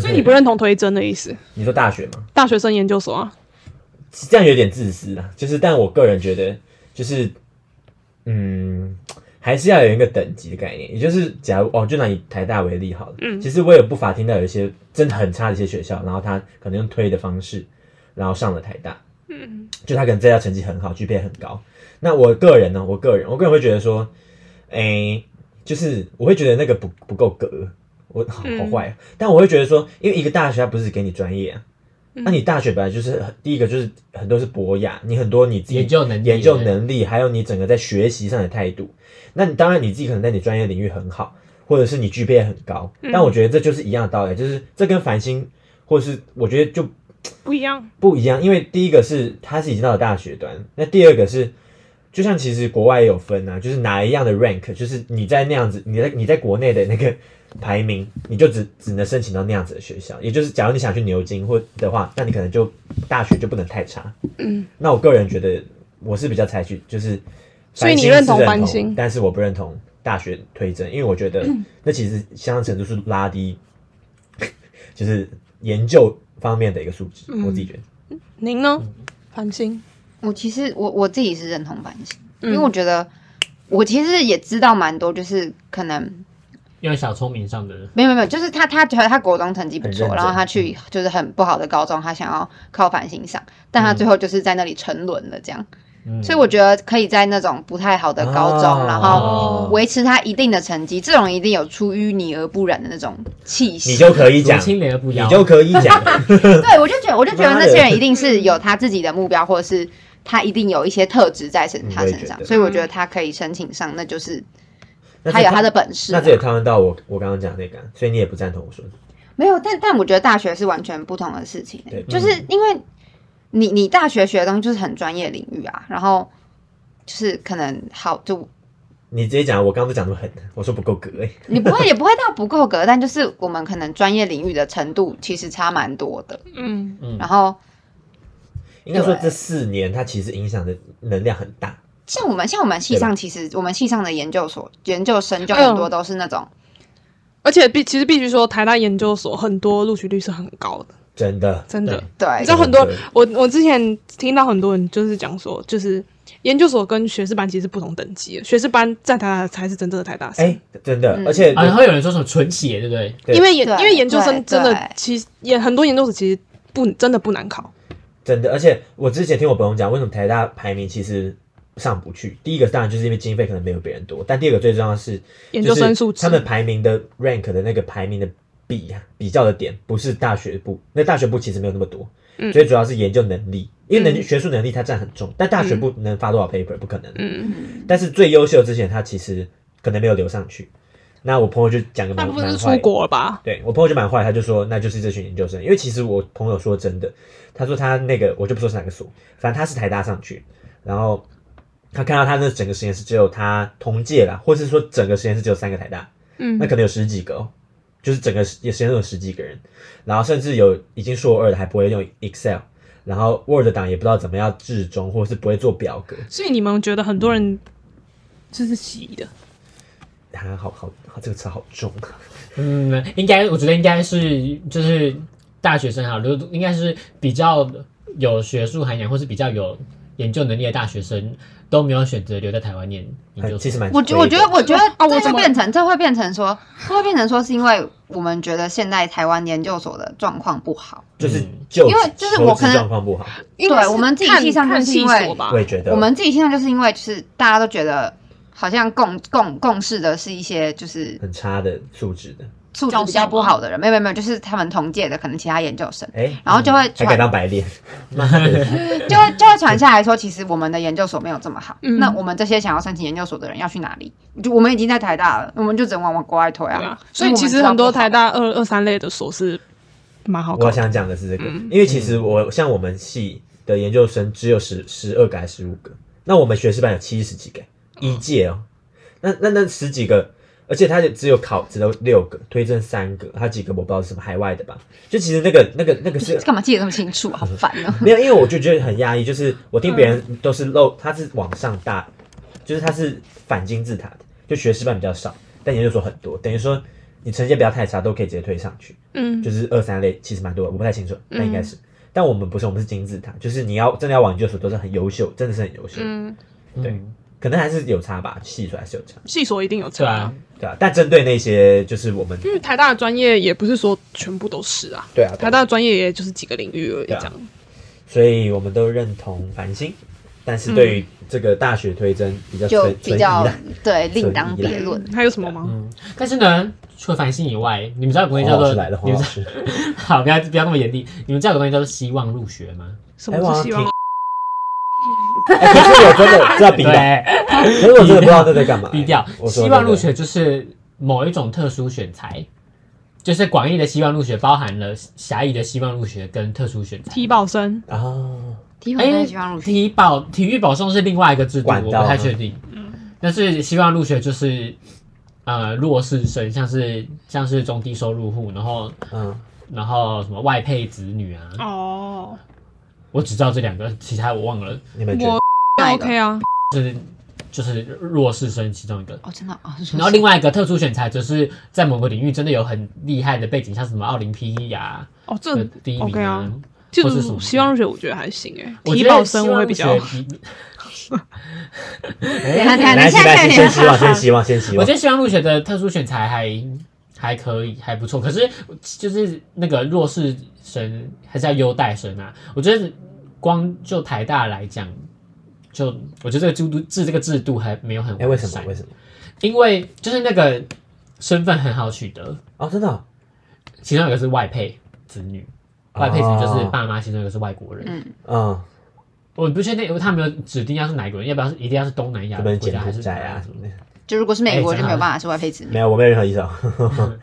Speaker 3: 所以你不认同推甄的意思？
Speaker 4: 你说大学嘛，
Speaker 3: 大学生研究所啊，
Speaker 4: 这样有点自私啦。就是，但我个人觉得，就是，嗯，还是要有一个等级的概念。也就是，假如哦，就拿以台大为例好了，
Speaker 3: 嗯
Speaker 4: 其实我也不乏听到有一些真的很差的一些学校，然后他可能用推的方式，然后上了台大，
Speaker 3: 嗯，
Speaker 4: 就他可能在校成绩很好，GPA 很高。那我个人呢，我个人，我个人会觉得说，哎、就是我会觉得那个不不够格，我好好
Speaker 3: 嗯
Speaker 4: 坏、啊。但我会觉得说，因为一个大学它不是只给你专业啊，那、
Speaker 3: 嗯
Speaker 4: 你大学本来就是很第一个就是很多是博雅，你很多你自己
Speaker 2: 研究能力
Speaker 4: 研究能力，还有你整个在学习上的态度。那你当然你自己可能在你专业领域很好，或者是你 GPA 很高，
Speaker 3: 嗯
Speaker 4: 但我觉得这就是一样的道理，就是这跟繁星或是我觉得就
Speaker 3: 不一样，
Speaker 4: 不一样，因为第一个是他是已经到了大学端，那第二个是，就像其实国外也有分啊，就是哪一样的 rank，就是你在那样子，你在你在国内的那个排名，你就只只能申请到那样子的学校，也就是假如你想去牛津或的话，那你可能就大学就不能太差。嗯，那我个人觉得我是比较采取就是，
Speaker 3: 所以你认同繁星
Speaker 4: 但是我不认同大学推甄，因为我觉得那其实相当程度是拉低， 就是研究方面的一个素质，我自己觉得。
Speaker 3: 您呢？繁星，
Speaker 1: 我其实我我自己是认同反省，因
Speaker 3: 嗯
Speaker 1: 为我觉得我其实也知道蛮多，就是可能
Speaker 2: 因为小聪明上的
Speaker 1: 没有没有没有，就是他他觉得他国中成绩不错
Speaker 4: 很认，真嗯
Speaker 1: 然后他去就是很不好的高中，他想要靠反省上，但他
Speaker 4: 嗯
Speaker 1: 最后就是在那里沉沦了这样。
Speaker 2: 嗯
Speaker 1: 所以我觉得可以在那种不太好的高中，
Speaker 4: 啊
Speaker 1: 然后
Speaker 2: 哦
Speaker 1: 维持他一定的成绩，这种一定有出淤泥而不染的那种气息。
Speaker 4: 你就可以讲
Speaker 2: 竹，青莲而不
Speaker 4: 你
Speaker 2: 妖，
Speaker 4: 就可以 讲，
Speaker 1: 对，我就觉得，我就觉得
Speaker 4: 妈
Speaker 1: 那
Speaker 4: 的
Speaker 1: 些人一定是有他自己的目标，或者是他一定有一些特质在身
Speaker 4: 嗯
Speaker 1: 他
Speaker 4: 我也
Speaker 1: 身
Speaker 4: 觉
Speaker 1: 上，
Speaker 4: 得嗯
Speaker 1: 所以我觉得他可以申请上，那就是
Speaker 4: 那
Speaker 1: 他
Speaker 4: 这
Speaker 1: 有
Speaker 4: 套
Speaker 1: 他的本事啊、
Speaker 4: 那这也套用到我我刚刚讲的那个啊，所以你也不赞同我说的，
Speaker 1: 没有，但但我觉得大学是完全不同的事情、
Speaker 4: 对嗯
Speaker 1: 就是因为你你大学学的东西就是很专业领域啊，然后就是可能好就
Speaker 4: 你直接讲，我刚刚不讲那么狠，我说不够格哎、
Speaker 1: 你不 会也不会到不够格，但就是我们可能专业领域的程度其实差蛮多的，
Speaker 3: 嗯，
Speaker 2: 嗯
Speaker 1: 然后
Speaker 4: 应该说
Speaker 1: 对
Speaker 4: 这四年它其实影响的能量很大，
Speaker 1: 像我们像我们系
Speaker 4: 对吧
Speaker 1: 上，其实我们系上的研究所研究生就
Speaker 3: 哎呦
Speaker 1: 很多都是那种。
Speaker 3: 而且必其实必须说，台大研究所很多录取率是很高的，
Speaker 4: 真的。
Speaker 3: 真的
Speaker 2: 对。
Speaker 1: 对，
Speaker 3: 你知道很多
Speaker 4: 对
Speaker 3: 我我之前听到很多人就是讲说，就是研究所跟学士班其实是不同等级的，学士班在台大才是真正的台大生。
Speaker 4: 哎、真的，
Speaker 1: 嗯
Speaker 4: 而且、
Speaker 2: 啊，然后有人说什么纯血，对不对？
Speaker 4: 对
Speaker 3: 因为研
Speaker 1: 对
Speaker 3: 因为研究生
Speaker 1: 对
Speaker 3: 真的
Speaker 1: 对
Speaker 3: 其实也很多研究所其实不真的不难考，
Speaker 4: 真的，而且我之前听我朋友讲，为什么台大排名其实上不去？第一个当然就是因为经费可能没有别人多，但第二个最重要的是
Speaker 3: 研究生素
Speaker 4: 就
Speaker 3: 质
Speaker 4: 是他们排名的 rank 的那个排名的比啊比较的点不是大学部，那大学部其实没有那么多，
Speaker 3: 嗯
Speaker 4: 所以主要是研究能力，因为能、
Speaker 3: 嗯
Speaker 4: 学术能力它占很重，但大学部能发多少 paper 不可能。
Speaker 3: 嗯，
Speaker 4: 但是最优秀之前，他其实可能没有留上去。那我朋友就讲个
Speaker 3: 那
Speaker 4: 蛮
Speaker 3: 不
Speaker 4: 蛮
Speaker 3: 是
Speaker 4: 坏
Speaker 3: 出
Speaker 4: 的
Speaker 3: 国了吧？
Speaker 4: 对我朋友就蛮坏，他就说那就是这群研究生，因为其实我朋友说真的，他说他那个我就不说是哪个所，反正他是台大上去，然后他看到他那整个实验室只有他同届啦，或是说整个实验室只有三个台大，
Speaker 3: 嗯
Speaker 4: 那可能有十几个、哦，就是整个实也实验室有十几个人，然后甚至有已经硕二的还不会用 Excel，然后 Word 档也不知道怎么样置中，或是不会做表格，
Speaker 3: 所以你们觉得很多人就是洗的，
Speaker 4: 他啊好好好这个词好重啊。
Speaker 2: 嗯，应该我觉得应该是就是大学生哈，如应该是比较有学术涵养或是比较有研究能力的大学生都没有选择留在台湾念研究
Speaker 4: 很其实
Speaker 2: 所。
Speaker 4: 蛮
Speaker 1: 我
Speaker 4: 亏
Speaker 1: 觉
Speaker 4: 的，
Speaker 1: 我觉得我觉得
Speaker 3: 啊我
Speaker 1: 这
Speaker 3: 怎
Speaker 1: 会
Speaker 3: 么
Speaker 1: 变成这会变成说，这会变成说是因为我们觉得现在台湾研究所的状况不好，
Speaker 4: 就是
Speaker 2: 嗯
Speaker 4: 就
Speaker 1: 因为就是我
Speaker 4: 求职
Speaker 1: 可能
Speaker 4: 状况不好，
Speaker 3: 因为
Speaker 1: 对
Speaker 3: 是
Speaker 1: 我们自己
Speaker 3: 看
Speaker 1: 系上
Speaker 3: 看
Speaker 1: 就是因
Speaker 3: 系
Speaker 1: 为
Speaker 3: 所吧
Speaker 4: 我，也觉得
Speaker 1: 我们自己现在就是因为就是大家都觉得好像共共共事的是一些就是
Speaker 4: 很差的素质的，
Speaker 1: 素质比较不好的人，没有没有没有，就是他们同届的可能其他研究生，
Speaker 4: 哎、
Speaker 1: 然后就会
Speaker 4: 还敢
Speaker 1: 传
Speaker 4: 当白脸，
Speaker 1: 就会就会传下来说，其实我们的研究所没有这么好，
Speaker 3: 嗯
Speaker 1: 那我们这些想要申请研究所的人要去哪里？就我们已经在台大了，我们就只能往往国外推
Speaker 3: 对
Speaker 1: 啊
Speaker 3: 啊。所以
Speaker 1: 我们
Speaker 3: 其
Speaker 1: 知
Speaker 3: 实
Speaker 1: 道
Speaker 3: 很
Speaker 1: 不
Speaker 3: 多
Speaker 1: 好
Speaker 3: 台大二二三类的所是蛮好考
Speaker 4: 我
Speaker 3: 的，
Speaker 4: 想讲的是这个，因为其实我像我们系的研究生只有十十二个还是十五个，那我们学士班有七十几个，一届哦，那那那十几个，而且它也只有考只有六个，推荐三个，它几个我不知道是什么海外的吧。就其实那个那个那 个是
Speaker 5: 干嘛记得那么清楚，好烦哦、
Speaker 4: 没有，因为我就觉得很压抑，就是我听别人都是漏，他是往上大，就是他是反金字塔的，就学士班比较少，但研究所很多，等于说你成绩不要太差，都可以直接推上去，
Speaker 3: 嗯
Speaker 4: 就是二三类其实蛮多的，我不太清楚，但应该是。但我们不是，我们是金字塔，就是你要真的要往研究所都是很优秀，真的是很优秀，
Speaker 3: 嗯，
Speaker 4: 对
Speaker 2: 嗯
Speaker 4: 可能还是有差吧，系出来是有差，
Speaker 3: 系所一定有
Speaker 2: 对
Speaker 3: 差
Speaker 2: 啊，，
Speaker 4: 对啊。但针对那些就是我们，
Speaker 3: 因为台大的专业也不是说全部都是啊，
Speaker 4: 对啊，
Speaker 3: 台大的专业也就是几个领域而已
Speaker 4: 对啊
Speaker 3: 这样。
Speaker 4: 所以我们都认同繁星，但是对于这个大学推甄比较
Speaker 5: 就
Speaker 4: 存
Speaker 5: 比较
Speaker 4: 存 疑啦
Speaker 5: 对，另当
Speaker 4: 存疑啦
Speaker 5: 别论。
Speaker 3: 还有什么吗？
Speaker 2: 嗯，但是呢，除了繁星以外，你们知道有个东西叫
Speaker 4: 黄老
Speaker 2: 做
Speaker 4: 哦师来了，
Speaker 2: 你
Speaker 4: 黄
Speaker 2: 们
Speaker 4: 老
Speaker 2: 知
Speaker 4: 师。
Speaker 2: 道 好，不要不要那么严厉，你们知道有个东西叫做希望入学吗？
Speaker 3: 什
Speaker 4: 哎
Speaker 3: 么
Speaker 4: 哇
Speaker 3: 是希望
Speaker 4: 挺？哎，可是我真的知道比的，
Speaker 2: 对，
Speaker 4: 可是我真的不知道这在 干嘛。
Speaker 2: 低调
Speaker 4: 我。说
Speaker 2: 希望入学就是某一种特殊选材，就是广义的希望入学包含了狭义的希望入学跟特殊选材。
Speaker 3: 体保生，
Speaker 4: 啊，哦
Speaker 1: 提
Speaker 2: 哎
Speaker 1: 很多希望入学，
Speaker 2: 体保体育保送是另外一个制度，我
Speaker 4: 管
Speaker 2: 不
Speaker 4: 道
Speaker 2: 太
Speaker 4: 吗
Speaker 2: 确定。
Speaker 1: 嗯
Speaker 2: 但是希望入学就是呃弱势生，像是像是中低收入户，然后
Speaker 4: 嗯，
Speaker 2: 然后什么外配子女啊，
Speaker 3: 哦，
Speaker 2: 我只知道这两个，其他我忘了，
Speaker 4: 你们觉得
Speaker 3: 我
Speaker 5: 哪一个
Speaker 3: OK 啊，
Speaker 2: 就是就是弱势生其中一
Speaker 3: 嗯
Speaker 2: 个。
Speaker 1: 哦，真的哦，
Speaker 2: 然后另外一个特殊选材，就是在某个领域真的有很厉害的背景，像什么奥林匹亚、
Speaker 3: 哦，这
Speaker 2: 的第一名
Speaker 3: OK 啊，
Speaker 2: 或
Speaker 3: 就是
Speaker 2: 什么
Speaker 3: 是希望入学我觉得还行哎，
Speaker 2: 我觉
Speaker 3: 体
Speaker 2: 得
Speaker 3: 保生我会比较
Speaker 2: 希望入 学比。
Speaker 1: 等一下等一下
Speaker 4: 来，
Speaker 1: 等一
Speaker 4: 先
Speaker 1: 下
Speaker 4: 来
Speaker 1: 等一
Speaker 4: 先
Speaker 1: 下，
Speaker 4: 希望，先希望，先希
Speaker 2: 我
Speaker 4: 望
Speaker 2: 觉。得希望入学的特殊选材还还可以，还不错。可是就是那个弱势生还是要优待生啊。我觉得光就台大来讲，就我觉得这个制度制这个制度还没有很
Speaker 4: 哎，为什么
Speaker 2: 完？善
Speaker 4: 为什么？
Speaker 2: 因为就是那个身份很好取得，
Speaker 4: 哦，真的哦
Speaker 2: 其中有一个是外配子女，外配子女
Speaker 4: 哦
Speaker 2: 就是爸妈，其中一个是外国人。
Speaker 1: 嗯
Speaker 4: 嗯，
Speaker 2: 我不确定他没有指定要是哪一个人，要不要是一定要是东南亚
Speaker 4: 这
Speaker 2: 的
Speaker 4: 边
Speaker 2: 国
Speaker 4: 柬
Speaker 2: 家还
Speaker 4: 埔
Speaker 2: 是
Speaker 4: 寨啊什么的，
Speaker 1: 就如果是美国
Speaker 2: 哎
Speaker 1: 就没有办法是外配子女
Speaker 4: 没，有，我没有任何意思哦。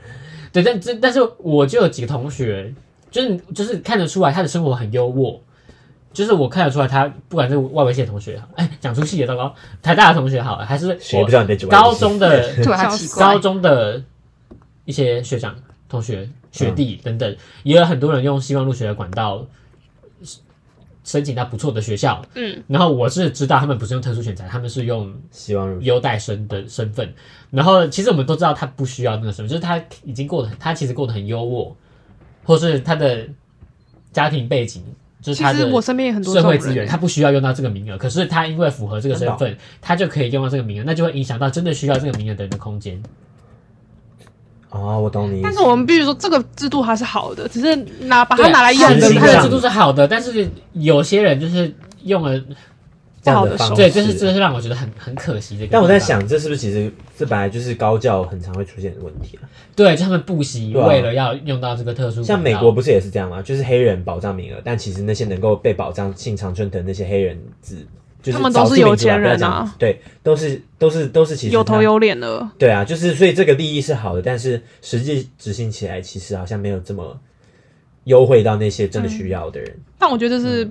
Speaker 2: 对，但这但是我就有几个同学，就是就是看得出来他的生活很优渥，就是我看得出来他不管是外文系的同学也好，哎，讲出戏也糟糕，台大的同学好了，还是
Speaker 4: 谁
Speaker 2: 我
Speaker 4: 不知道你在九八
Speaker 2: 高中的
Speaker 1: 对啊，好奇怪
Speaker 2: 高，中的一些学长、同学、学弟等
Speaker 1: 嗯
Speaker 2: 等，也有很多人用希望入学的管道申请到不错的学校。
Speaker 3: 嗯，
Speaker 2: 然后我是知道他们不是用特殊选材，他们是用
Speaker 4: 希望入学
Speaker 2: 优待生的身份。然后其实我们都知道他不需要那个身份，就是他已经过得很，他其实过得很优渥，或是他的家庭背景，就是
Speaker 3: 其
Speaker 2: 他
Speaker 3: 实
Speaker 2: 的
Speaker 3: 我身边也很多这
Speaker 2: 社会资
Speaker 3: 种
Speaker 2: 源，
Speaker 3: 人
Speaker 2: 他
Speaker 3: 欸，
Speaker 2: 不需要用到这个名额，可是他因为符合这个身
Speaker 4: 真
Speaker 2: 份，他就可以用到这个名额，那就会影响到真的需要这个名额的人的空间。
Speaker 4: 哦，我懂你意思。
Speaker 3: 但是我们必须说这个制度还是好的，只是拿把它
Speaker 2: 对
Speaker 3: 啊拿来用
Speaker 2: 它
Speaker 4: 啊实
Speaker 3: 的
Speaker 4: 际
Speaker 2: 它的
Speaker 4: 上
Speaker 2: 制度是好的，但是有些人就是用了，
Speaker 4: 这样
Speaker 3: 不好
Speaker 4: 的
Speaker 3: 的
Speaker 4: 方式，
Speaker 2: 对，就是这是让我觉得很很可惜的。
Speaker 4: 但我在，想，这是不是其实这本来就是高教很常会出现的问题啊？
Speaker 2: 对，就他们不惜
Speaker 4: 对啊
Speaker 2: 为了要用到这个特殊管道，
Speaker 4: 像美国不是也是这样吗？就是黑人保障名额，但其实那些能够被保障性长春藤那些黑人子，就是
Speaker 3: 他们都是
Speaker 4: 少数民族
Speaker 3: 有钱人啊
Speaker 4: 不要讲对，都是都是都是其实
Speaker 3: 有头
Speaker 4: 他
Speaker 3: 有脸的，
Speaker 4: 对啊，就是所以这个利益是好的，但是实际执行起来其实好像没有这么优惠到那些真的需要的人。
Speaker 3: 但我觉得这是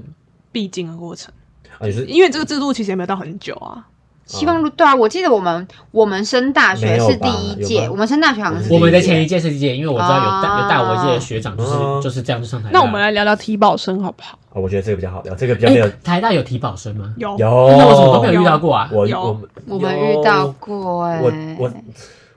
Speaker 3: 必经的过程，
Speaker 4: 啊，嗯你是
Speaker 3: 因为这个制度其实也没有到很久啊。
Speaker 1: 希望入对啊，我记得我们我们升大学是第一
Speaker 4: 没有吧有
Speaker 1: 届，
Speaker 4: 吗
Speaker 1: 我们升大学好像是
Speaker 2: 我们的前一届是这届，因为我知道有大
Speaker 1: 啊
Speaker 2: 有大我一届的学长就是
Speaker 4: 哦
Speaker 2: 就是这样就上台大。
Speaker 3: 那我们来聊聊体保生好不好？
Speaker 4: 哦，我觉得这个比较好聊，这个比较没有、
Speaker 2: 哎，台大有体保生吗？
Speaker 3: 有
Speaker 4: 有，
Speaker 2: 那我怎么都没有遇到过啊？
Speaker 4: 我
Speaker 3: 有
Speaker 4: 我们
Speaker 1: 我们遇到过哎，
Speaker 4: 我我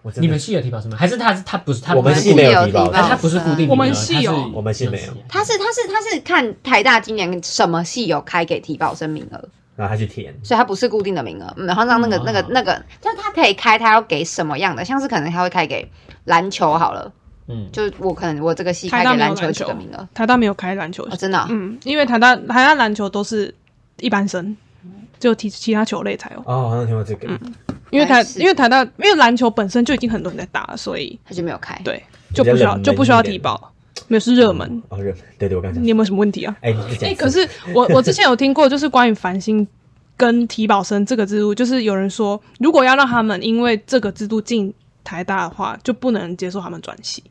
Speaker 4: 我真的
Speaker 2: 你们系有体保生吗？还是他是他不是他
Speaker 4: 我们
Speaker 2: 不是
Speaker 4: 系
Speaker 2: 固
Speaker 4: 没
Speaker 2: 定
Speaker 4: 有
Speaker 1: 提
Speaker 4: 提保
Speaker 2: 啊他不是固定名额，
Speaker 3: 我们系有
Speaker 2: 他是
Speaker 4: 我们系没有
Speaker 1: 他是他是他是看台大今年什么系有开给提保生名额，
Speaker 4: 然后他去填，
Speaker 1: 所以他不是固定的名额，嗯然后让那个、
Speaker 2: 嗯
Speaker 1: 那
Speaker 3: 哦
Speaker 1: 个那个，但他可以开，他要给什么样的？像是可能他会开给篮球好了，
Speaker 2: 嗯，
Speaker 1: 就是我可能我这个系
Speaker 3: 台
Speaker 1: 开
Speaker 3: 大
Speaker 1: 给
Speaker 3: 没有
Speaker 1: 篮球
Speaker 3: 篮
Speaker 1: 几
Speaker 3: 球
Speaker 1: 个名额，
Speaker 3: 台大没有开篮球
Speaker 1: 哦，，真的哦、
Speaker 3: 嗯，因为台大台大篮球都是一般生，只有其其他球类才有。
Speaker 4: 哦，好像听过这个，
Speaker 3: 因为台
Speaker 1: 还是
Speaker 3: 因为台大因为篮球本身就已经很多人在打了，所以
Speaker 1: 他就没有开。
Speaker 3: 对就不需要
Speaker 4: 比较冷门一点
Speaker 3: 就不需要体保，没有是热门。
Speaker 4: 哦热门，对对，我刚才
Speaker 3: 你有没有什么问题啊？
Speaker 4: 哎，你是讲
Speaker 3: 哎、可是我 我之前有听过，就是关于繁星跟体保生这个制度，就是有人说，如果要让他们因为这个制度进台大的话，就不能接受他们转系。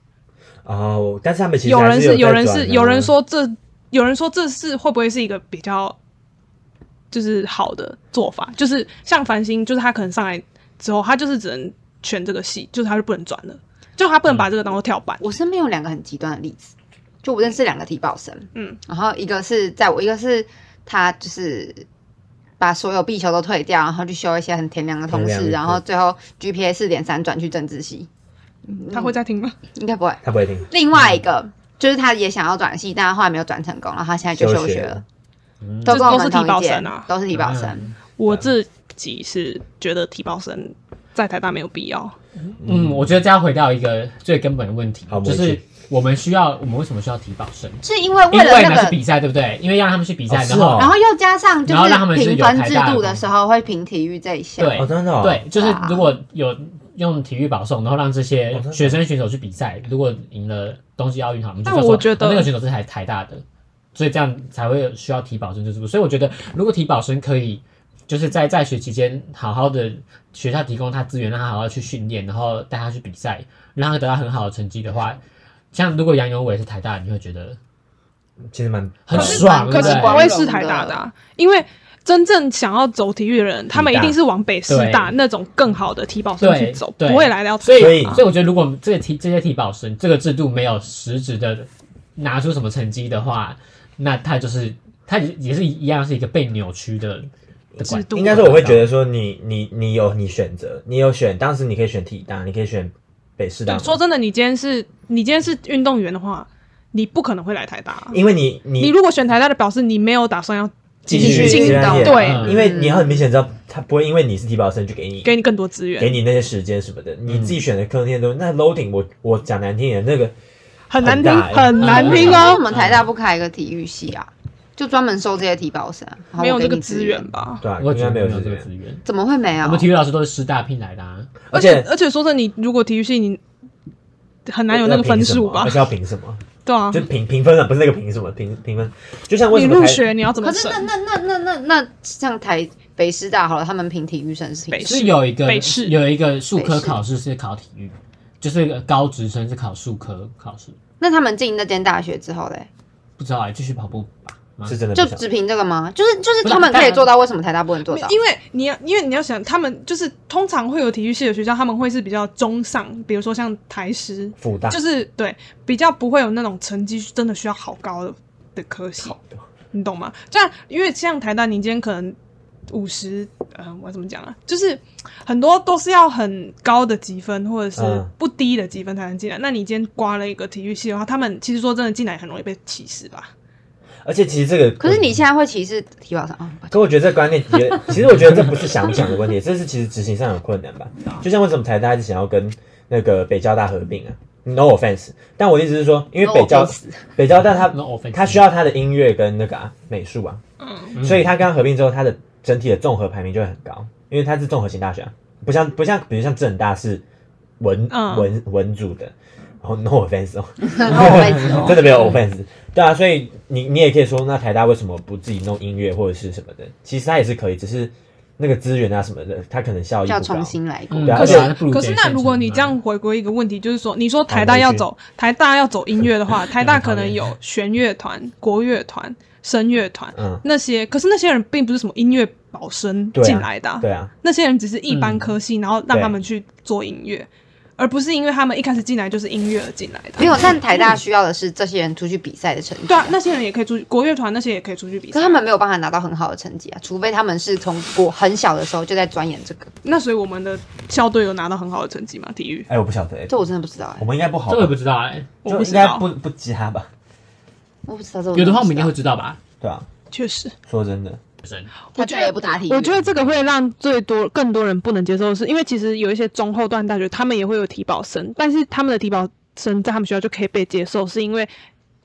Speaker 4: 哦，但是他们其实
Speaker 3: 有
Speaker 4: 还
Speaker 3: 人
Speaker 4: 是
Speaker 3: 是有人
Speaker 4: 在转
Speaker 3: 是
Speaker 4: 啊
Speaker 3: 有人说这有人说这是会不会是一个比较就是好的做法？就是像繁星，就是他可能上来之后，他就是只能选这个系，就是他就不能转了，就他不能把这个当做跳板。
Speaker 1: 我身边有两个很极端的例子，就我认识两个体保生，
Speaker 3: 嗯，
Speaker 1: 然后一个是在我，一个是他就是把所有必修都退掉，然后去修一些很田凉的通
Speaker 4: 田
Speaker 1: 识，
Speaker 4: 凉
Speaker 1: 然后最后 GPA 四点三转去政治系，
Speaker 4: 嗯
Speaker 3: 他会再听吗？
Speaker 1: 应该不 会。
Speaker 4: 他不会听，
Speaker 1: 另外一个就是他也想要转系，但他后来没有转成功，然后他现在就休
Speaker 4: 学
Speaker 1: 学了。
Speaker 2: 嗯
Speaker 1: 都跟我们
Speaker 3: 这都是体保
Speaker 1: 同一届
Speaker 3: 生啊
Speaker 1: 都是体保生。
Speaker 3: 我自己是觉得体保生在台大没有必要，
Speaker 2: 嗯，我觉得这要回到一个最根本的问题
Speaker 4: 好，
Speaker 2: 就
Speaker 4: 没
Speaker 2: 是
Speaker 4: 事
Speaker 2: 我们需要，我们为什么需要提保生？
Speaker 1: 是因为
Speaker 2: 因
Speaker 1: 哦为了
Speaker 2: 为
Speaker 1: 那
Speaker 2: 呢是
Speaker 1: 个，
Speaker 2: 比赛，对不对？因为要让他们去比赛，
Speaker 4: 哦是
Speaker 2: 然
Speaker 4: 哦
Speaker 2: 后
Speaker 1: 然后又加上就
Speaker 2: 然后让他们是
Speaker 1: 评
Speaker 2: 有
Speaker 1: 分
Speaker 2: 台
Speaker 1: 制
Speaker 2: 大的
Speaker 1: 度的
Speaker 2: 东西
Speaker 1: 时候会评体育这一项。
Speaker 2: 对
Speaker 4: 哦，真的哦，
Speaker 2: 对，就是
Speaker 1: 对啊
Speaker 2: 如果有用体育保送，然后让这
Speaker 4: 哦
Speaker 2: 些
Speaker 4: 真的
Speaker 2: 学生选手去比赛，如果赢了冬季奥运，好，我们就
Speaker 3: 但
Speaker 2: 叫
Speaker 3: 我
Speaker 2: 做
Speaker 3: 觉得
Speaker 2: 哦那个选手是台台大的，所以这样才会有需要体保生制度。所以我觉得，如果体保生可以就是在在学期间好好的学校提供他资源，让他好好去训练，然后带他去比赛，让他得到很好的成绩的话，像如果杨永伟是台大，你会觉得
Speaker 4: 其实蛮
Speaker 2: 很
Speaker 1: 可是
Speaker 2: 爽，
Speaker 1: 可
Speaker 2: 对
Speaker 3: 可
Speaker 2: 不
Speaker 3: 是
Speaker 2: 对？
Speaker 3: 不会是台大的、啊，因为真正想要走体育的人，他们一定是往北师大
Speaker 2: 对
Speaker 3: 那种更好的体保生去走，
Speaker 2: 对
Speaker 3: 不会来到
Speaker 2: 所以，
Speaker 4: 所
Speaker 2: 哦所
Speaker 4: 以
Speaker 2: 以我觉得，如果这个提这些提保生这个制度没有实质的拿出什么成绩的话，那他就是他也也是一样是一个被扭曲的的
Speaker 3: 制
Speaker 2: 管。
Speaker 3: 度。
Speaker 4: 应该说，我会觉得说你你你有你选择，你有选，当时你可以选体大，你可以选北师大
Speaker 3: 对
Speaker 4: 嘛，
Speaker 3: 说真的，你今天是你今天是运动员的话，你不可能会来台大啊、
Speaker 4: 因为你
Speaker 3: 你
Speaker 4: 你
Speaker 3: 如果选台大的，表示你没有打算要
Speaker 1: 继
Speaker 4: 续
Speaker 1: 进
Speaker 4: 继续
Speaker 1: 运动
Speaker 3: 对
Speaker 2: 嗯
Speaker 4: 因为你很明显知道他不会因为你是体保生就给你
Speaker 3: 给你更多资
Speaker 4: 给
Speaker 3: 源，
Speaker 4: 你那些时间什么的，你自己选的课那些东西，那 loading 我我讲难听点，那个
Speaker 3: 很难听，
Speaker 4: 很大欸
Speaker 3: 很难
Speaker 1: 为什
Speaker 3: 听
Speaker 1: 么
Speaker 3: 哦
Speaker 1: 我，们台大不开一个体育系啊？就专门收这些体保生啊，然后
Speaker 3: 没有
Speaker 1: 我
Speaker 3: 这
Speaker 1: 给
Speaker 3: 个
Speaker 1: 你
Speaker 3: 资源？吧。
Speaker 4: 对啊，
Speaker 2: 我
Speaker 4: 应
Speaker 2: 觉得
Speaker 4: 该
Speaker 2: 没
Speaker 4: 没
Speaker 2: 有
Speaker 4: 有
Speaker 2: 这
Speaker 4: 这
Speaker 2: 个
Speaker 4: 个，
Speaker 2: 资源。
Speaker 1: 怎么会没有？
Speaker 2: 我们体育老师都是师大聘来的、啊，
Speaker 4: 而
Speaker 3: 且
Speaker 4: 且
Speaker 3: 而且说真的，你如果体育系你很难有那
Speaker 4: 要
Speaker 3: 个
Speaker 4: 凭
Speaker 3: 分
Speaker 4: 什
Speaker 3: 数
Speaker 4: 么
Speaker 3: 吧
Speaker 4: 而？且要凭什么？
Speaker 3: 对啊
Speaker 4: 就，评评分啊，不是那个评什么评评分，就像为
Speaker 3: 你
Speaker 4: 什么
Speaker 3: 入
Speaker 4: 台
Speaker 3: 学你要怎么
Speaker 1: 可是
Speaker 3: 审
Speaker 1: 那？那那那那那像台北师大好了，他们评体育生是
Speaker 3: 北
Speaker 1: 评
Speaker 3: 是
Speaker 2: 是有一个
Speaker 3: 北市
Speaker 2: 有一个数
Speaker 1: 北
Speaker 2: 科
Speaker 1: 市
Speaker 2: 考试是考体育，就是高职生是考数科考试，
Speaker 1: 那他们进那间大学之后嘞，
Speaker 2: 不知道哎、继续跑步吧。吗
Speaker 4: 是真的
Speaker 1: 就
Speaker 4: 不想
Speaker 1: 只凭这个吗？就是就是
Speaker 2: 不是啊
Speaker 1: 他们可
Speaker 2: 当
Speaker 1: 以
Speaker 2: 然
Speaker 1: 做到，为什么台大不能做到？
Speaker 3: 因为你要，因为你要想，他们就是通常会有体育系的学校，他们会是比较中上，比如说像台师，
Speaker 4: 复
Speaker 1: 啊
Speaker 4: 大，
Speaker 3: 就是对比较不会有那种成绩真的需要好高的的科系，你懂吗？这样，因为像台大，你今天可能五十，嗯，我要怎么讲啊？就是很多都是要很高的积分或者是
Speaker 4: 嗯
Speaker 3: 不低的积分才能进来。那你今天刮了一个体育系的话，他们其实说真的进来很容易被歧视吧？
Speaker 4: 而且其实这个
Speaker 1: 可是你现在会歧视体保生啊？
Speaker 4: 可我觉得这观念也，其实我觉得这不是想不想的问题，这是其实执行上有困难吧。
Speaker 2: 啊
Speaker 4: 就像为什么台大一直想要跟那个北交大合并啊？No offense，但我的意思是说，因为北交
Speaker 1: No offense
Speaker 4: 北交大它
Speaker 2: No offense
Speaker 4: 它需要它的音乐跟那个、啊、美术啊，
Speaker 2: 嗯
Speaker 4: 所以它跟它合并之后，它的整体的综合排名就会很高，因为它是综合型大学、啊，不像不像比如像政大是文、
Speaker 3: 嗯
Speaker 4: 文文组的，然后 No offense 哦，
Speaker 1: 然后我被指 哦
Speaker 4: 真的没有 offense。对啊，所以你你也可以说，那台大为什么不自己弄音乐或者是什么的？其实它也是可以，只是那个资源啊什么的，它可能效 益
Speaker 1: 要
Speaker 4: 不高
Speaker 1: 重。新来过。
Speaker 2: 嗯
Speaker 4: 对啊
Speaker 2: 可
Speaker 4: 而且
Speaker 2: 是
Speaker 3: 可是那如果你
Speaker 4: 啊
Speaker 3: 这样回归一个问题，就是说，你说台大要走台大要走音乐的 话，台大可能有弦乐团、国乐团、声乐团
Speaker 4: 嗯，
Speaker 3: 那些，可是那些人并不是什么音乐保生
Speaker 4: 对啊
Speaker 3: 进来的啊、
Speaker 4: 对嗯啊，
Speaker 3: 那些人只是一般科系，然后让他们去做音乐，而不是因为他们一开始进来就是音乐而进来的。啊
Speaker 1: 没有，但台大需要的是这些人出去比赛的成绩。
Speaker 3: 对啊，那些人也可以出去，国乐团那些也可以出去比
Speaker 1: 可
Speaker 3: 赛。
Speaker 1: 他们没有办法拿到很好的成绩啊，除非他们是从我很小的时候就在钻研这个。
Speaker 3: 那所以我们的校队有拿到很好的成绩吗？体育
Speaker 4: 哎、我不晓得、哎
Speaker 1: 这我真的不知道哎、
Speaker 4: 我们应该不好
Speaker 2: 这
Speaker 4: 吧，
Speaker 2: 我也不知道哎、
Speaker 3: 我不
Speaker 4: 就
Speaker 3: 知
Speaker 4: 应该
Speaker 3: 道
Speaker 4: 不不加吧？
Speaker 1: 我不知道这
Speaker 2: 有的话我们应该
Speaker 1: 该
Speaker 2: 会知道吧。
Speaker 4: 对啊，
Speaker 3: 确实，
Speaker 4: 说真的，
Speaker 1: 他再也不打体育。
Speaker 3: 我觉得这个会让最多更多人不能接受的是，因为其实有一些中后段大学，他们也会有体保生，但是他们的体保生在他们学校就可以被接受，是因为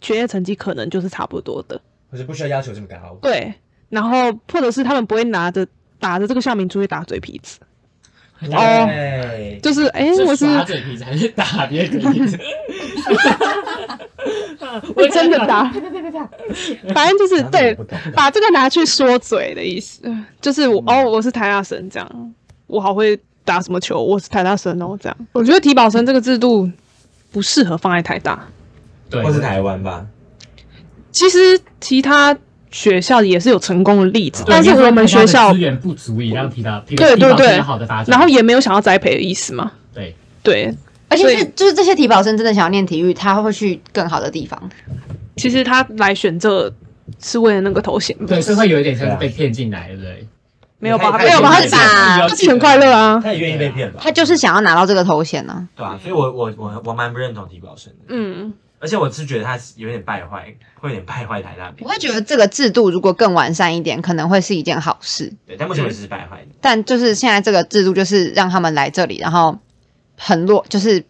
Speaker 3: 学业成绩可能就是差不多的，
Speaker 4: 可是不需要要求这么高。
Speaker 3: 对。然后或者是他们不会拿着打着这个校名出去打嘴皮子，
Speaker 4: 哦，
Speaker 3: 就是哎、我是
Speaker 2: 耍嘴皮子还是打别人嘴皮 子？
Speaker 3: 我真 的打，反正就是
Speaker 4: 哪里我
Speaker 3: 对
Speaker 4: 不懂，
Speaker 3: 把这个拿去说嘴的意思，就是
Speaker 6: 嗯
Speaker 3: 我、哦，我是台大生这样，我好会打什么球，我是台大生哦这样。我觉得体保生这个制度不适合放在台大，
Speaker 2: 对，
Speaker 4: 或是台湾吧？
Speaker 3: 其实其他学校也是有成功的例子，
Speaker 2: 对
Speaker 3: 但是
Speaker 6: 因为
Speaker 3: 我们
Speaker 6: 他的
Speaker 3: 学校
Speaker 6: 资源不足以让皮达皮
Speaker 3: 对对
Speaker 6: 皮达
Speaker 3: 对
Speaker 6: 有好的发，展，
Speaker 3: 然后也没有想要栽培的意思嘛。
Speaker 6: 对
Speaker 3: 对，
Speaker 1: 而且
Speaker 3: 所以
Speaker 1: 是就是这些体保生真的想要念体育，他会去更好的地方。
Speaker 3: 其实他来选这是为了那个头衔吧，
Speaker 6: 对，所以会有一点像是被骗进来，对不对？
Speaker 3: 没有吧？
Speaker 4: 他
Speaker 3: 啊没有
Speaker 1: 他
Speaker 3: 吧？他
Speaker 1: 自
Speaker 3: 自
Speaker 1: 己
Speaker 3: 己
Speaker 1: 他
Speaker 3: 他自己很快乐啊。
Speaker 4: 他也愿意被骗吧？
Speaker 1: 他就是想要拿到这个头衔呢、
Speaker 4: 对啊，所以我我我我蛮不认同体保生的，
Speaker 3: 嗯，
Speaker 4: 而且我是觉得他有点败坏，会有点败坏台大比
Speaker 1: 我会觉得这个制度如果更完善一点，可能会是一件好事。
Speaker 4: 对，但目前为止是败坏的。
Speaker 1: 但就是现在这个制度，就是让他们来这里，然后很弱，就是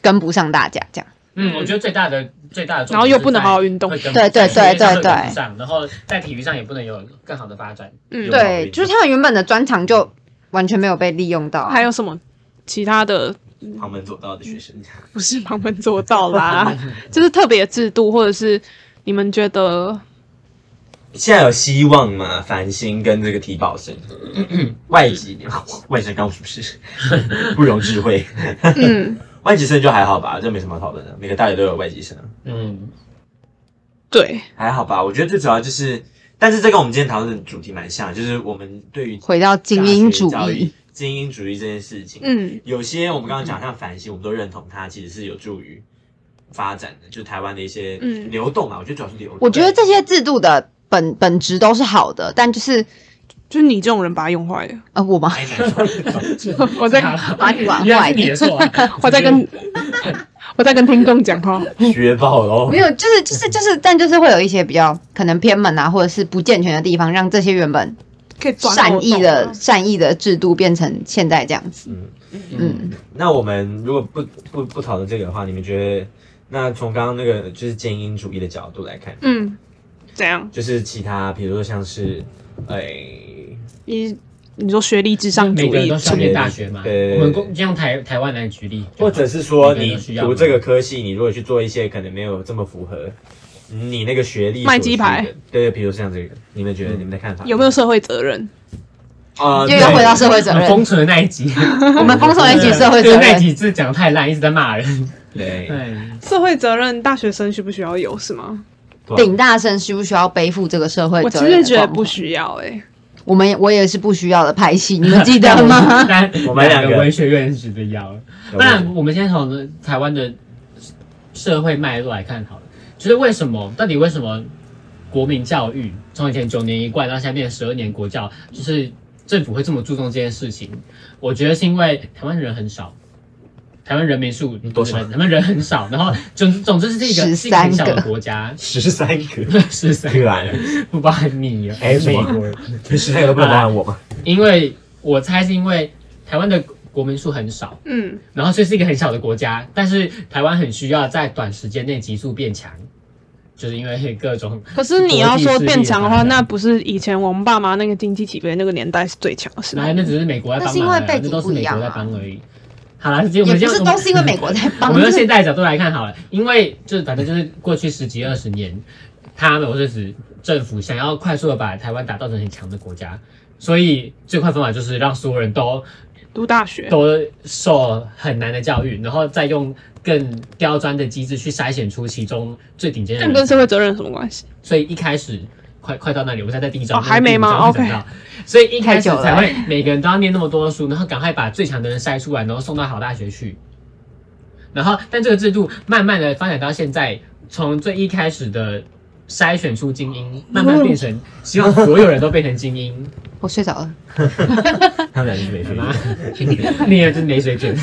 Speaker 1: 跟不上大家这样。
Speaker 6: 嗯，我觉得最大的最大的重点是在，
Speaker 3: 然后又不能好好运动
Speaker 6: 会跟
Speaker 1: 对对对
Speaker 6: 在学业
Speaker 1: 对
Speaker 6: 上会跟
Speaker 1: 对
Speaker 6: 不上然后在体育上也不能有更好的发展。
Speaker 3: 嗯
Speaker 4: 有道
Speaker 1: 对
Speaker 4: 理，
Speaker 1: 就是他们原本的专长就完全没有被利用到啊。
Speaker 3: 还有什么其他的？
Speaker 4: 旁门左道的学生，
Speaker 3: 不是旁门左道啦，就是特别制度，或者是你们觉得
Speaker 4: 现在有希望吗？繁星跟这个体保 生，外籍 外籍刚不是 不容 智慧，
Speaker 3: 嗯，
Speaker 4: 外籍生就还好吧，这没什么好讨论的，每个大学都有外籍生，
Speaker 2: 嗯，
Speaker 3: 对，
Speaker 4: 还好吧。我觉得最主要就是，但是这跟我们今天讨论的主题蛮像，就是我们对于
Speaker 1: 回到精英主
Speaker 4: 大学教育
Speaker 1: 义，、
Speaker 4: 精英主义这件事情，
Speaker 3: 嗯，
Speaker 4: 有些我们刚刚讲像反星，我们都认同它其实是有助于发展的，就是台湾的一些
Speaker 3: 嗯
Speaker 4: 流动嘛。我觉得主要是流动。
Speaker 1: 我觉得这些制度的本本质都是好的，但就是
Speaker 3: 就是你这种人把它用坏 了。
Speaker 1: 呃，我吗？
Speaker 4: 哎难说
Speaker 3: 我在！
Speaker 2: 啊
Speaker 1: 把 你玩
Speaker 6: 嗯原来
Speaker 1: 坏
Speaker 6: 是你的错啊
Speaker 3: 我 在跟我在跟听众讲话，
Speaker 4: 学爆哦喽
Speaker 1: 没！有，就是就是就是，但就是会有一些比较可能偏门啊，或者是不健全的地方，让这些原本
Speaker 3: 可以转啊
Speaker 1: 善意的善意的制度变成现在这样子。
Speaker 4: 嗯
Speaker 1: 嗯，
Speaker 4: 那我们如果不不不讨论这个的话，你们觉得那从刚刚那个就是精英主义的角度来看，
Speaker 3: 嗯，怎样？
Speaker 4: 就是其他比如说像是哎，
Speaker 3: 你你说学历至上
Speaker 2: 每
Speaker 3: 主
Speaker 2: 个人
Speaker 3: 义
Speaker 2: 都，需要念大学嘛。
Speaker 4: 对
Speaker 2: 我们公就用台台湾来举例，
Speaker 4: 或者是
Speaker 2: 每
Speaker 4: 说
Speaker 2: 个人
Speaker 4: 你
Speaker 2: 都需要
Speaker 4: 读这个科系，你如果去做一些可能没有这么符合。你那个学历
Speaker 3: 卖鸡排
Speaker 4: 所需的，对，比如像这个，你们觉得、你们的看法
Speaker 3: 有没有社会责任？
Speaker 4: 啊？
Speaker 1: 又要
Speaker 4: 对
Speaker 1: 回到社会责
Speaker 2: 我们
Speaker 1: 任，
Speaker 2: 封存的那一集，
Speaker 3: 嗯
Speaker 1: 我们封锁了一集社会
Speaker 2: 对
Speaker 1: 责
Speaker 2: 那一
Speaker 1: 任。
Speaker 2: 集真的讲得太烂，一直在骂人。
Speaker 4: 对
Speaker 2: 对，
Speaker 3: 社会责任，大学生需不需要有是吗？
Speaker 1: 顶大生需不需要背负这个社会
Speaker 3: 我其
Speaker 1: 责任？
Speaker 3: 实觉得不，需要哎、
Speaker 1: 我们我也是不需要的派系，你 们记得吗？
Speaker 2: 但
Speaker 4: 我们两
Speaker 2: 两
Speaker 4: 个
Speaker 2: 文学院是的要。
Speaker 4: 有
Speaker 2: 那我们先从台湾的社会脉络来看好了，就是为什么，到底为什么国民教育从以前九年一贯到现在变十二年国教，就是政府会这么注重这件事情？我觉得是因为台湾人很少。台湾人民数
Speaker 4: 多少
Speaker 2: 台湾人很少，然后总总之是一个是一个很小
Speaker 1: 13
Speaker 2: 的
Speaker 1: 个
Speaker 2: 国家，
Speaker 4: 十三个，
Speaker 2: 十三
Speaker 4: 对吧？
Speaker 2: 不包含你啊，
Speaker 4: 哎什
Speaker 2: 美
Speaker 4: 么
Speaker 2: 国人。
Speaker 4: 十三个都不能包含我吗？
Speaker 2: 因为我猜是因为台湾的国民数很少，
Speaker 3: 嗯，
Speaker 2: 然后所以是一个很小的国家，但是台湾很需要在短时间内急速变强，就是因为各种
Speaker 3: 可是你要说变强
Speaker 2: 国际势力的发
Speaker 3: 的话，
Speaker 2: 展
Speaker 3: 那不是以前我们爸妈那个经济起飞那个年代是最强的是吗
Speaker 2: 来，？那只是美国在帮忙而已，
Speaker 1: 那是因为背景
Speaker 2: 那都是
Speaker 1: 不一
Speaker 2: 美
Speaker 1: 样
Speaker 2: 国
Speaker 1: 啊
Speaker 2: 在帮而已。好啦，这我
Speaker 1: 也
Speaker 2: 们
Speaker 1: 不是
Speaker 2: 先
Speaker 1: 都是因为美国在
Speaker 2: 啊我
Speaker 1: 帮，
Speaker 2: 们
Speaker 1: 就
Speaker 2: 用
Speaker 1: 是
Speaker 2: 现在的角度来看好了，因为就是反正就是过去十几二十年，他们我是指政府想要快速的把台湾打造成很强的国家，所以最快方法就是让所有人都
Speaker 3: 读大学，
Speaker 2: 都受很难的教育，然后再用更刁钻的机制去筛选出其中最顶尖的
Speaker 3: 但
Speaker 2: 人
Speaker 3: 跟
Speaker 2: 才。
Speaker 3: 社会责任有什么关系？
Speaker 2: 所以一开始快快到那里，我现在在第一章，
Speaker 3: 哦还没吗
Speaker 2: 那个第五章才到所以一开始
Speaker 1: 太久了
Speaker 2: 才会每个人都要念那么多的书，然后赶快把最强的人筛出来，然后送到好大学去。然后，但这个制度慢慢的发展到现在，从最一开始的筛选出精英，慢
Speaker 3: 嗯
Speaker 2: 慢变成希望所有人都变成精英。
Speaker 1: 我睡着了。
Speaker 4: 他们俩是 没学
Speaker 2: 妈， 你也真没水准。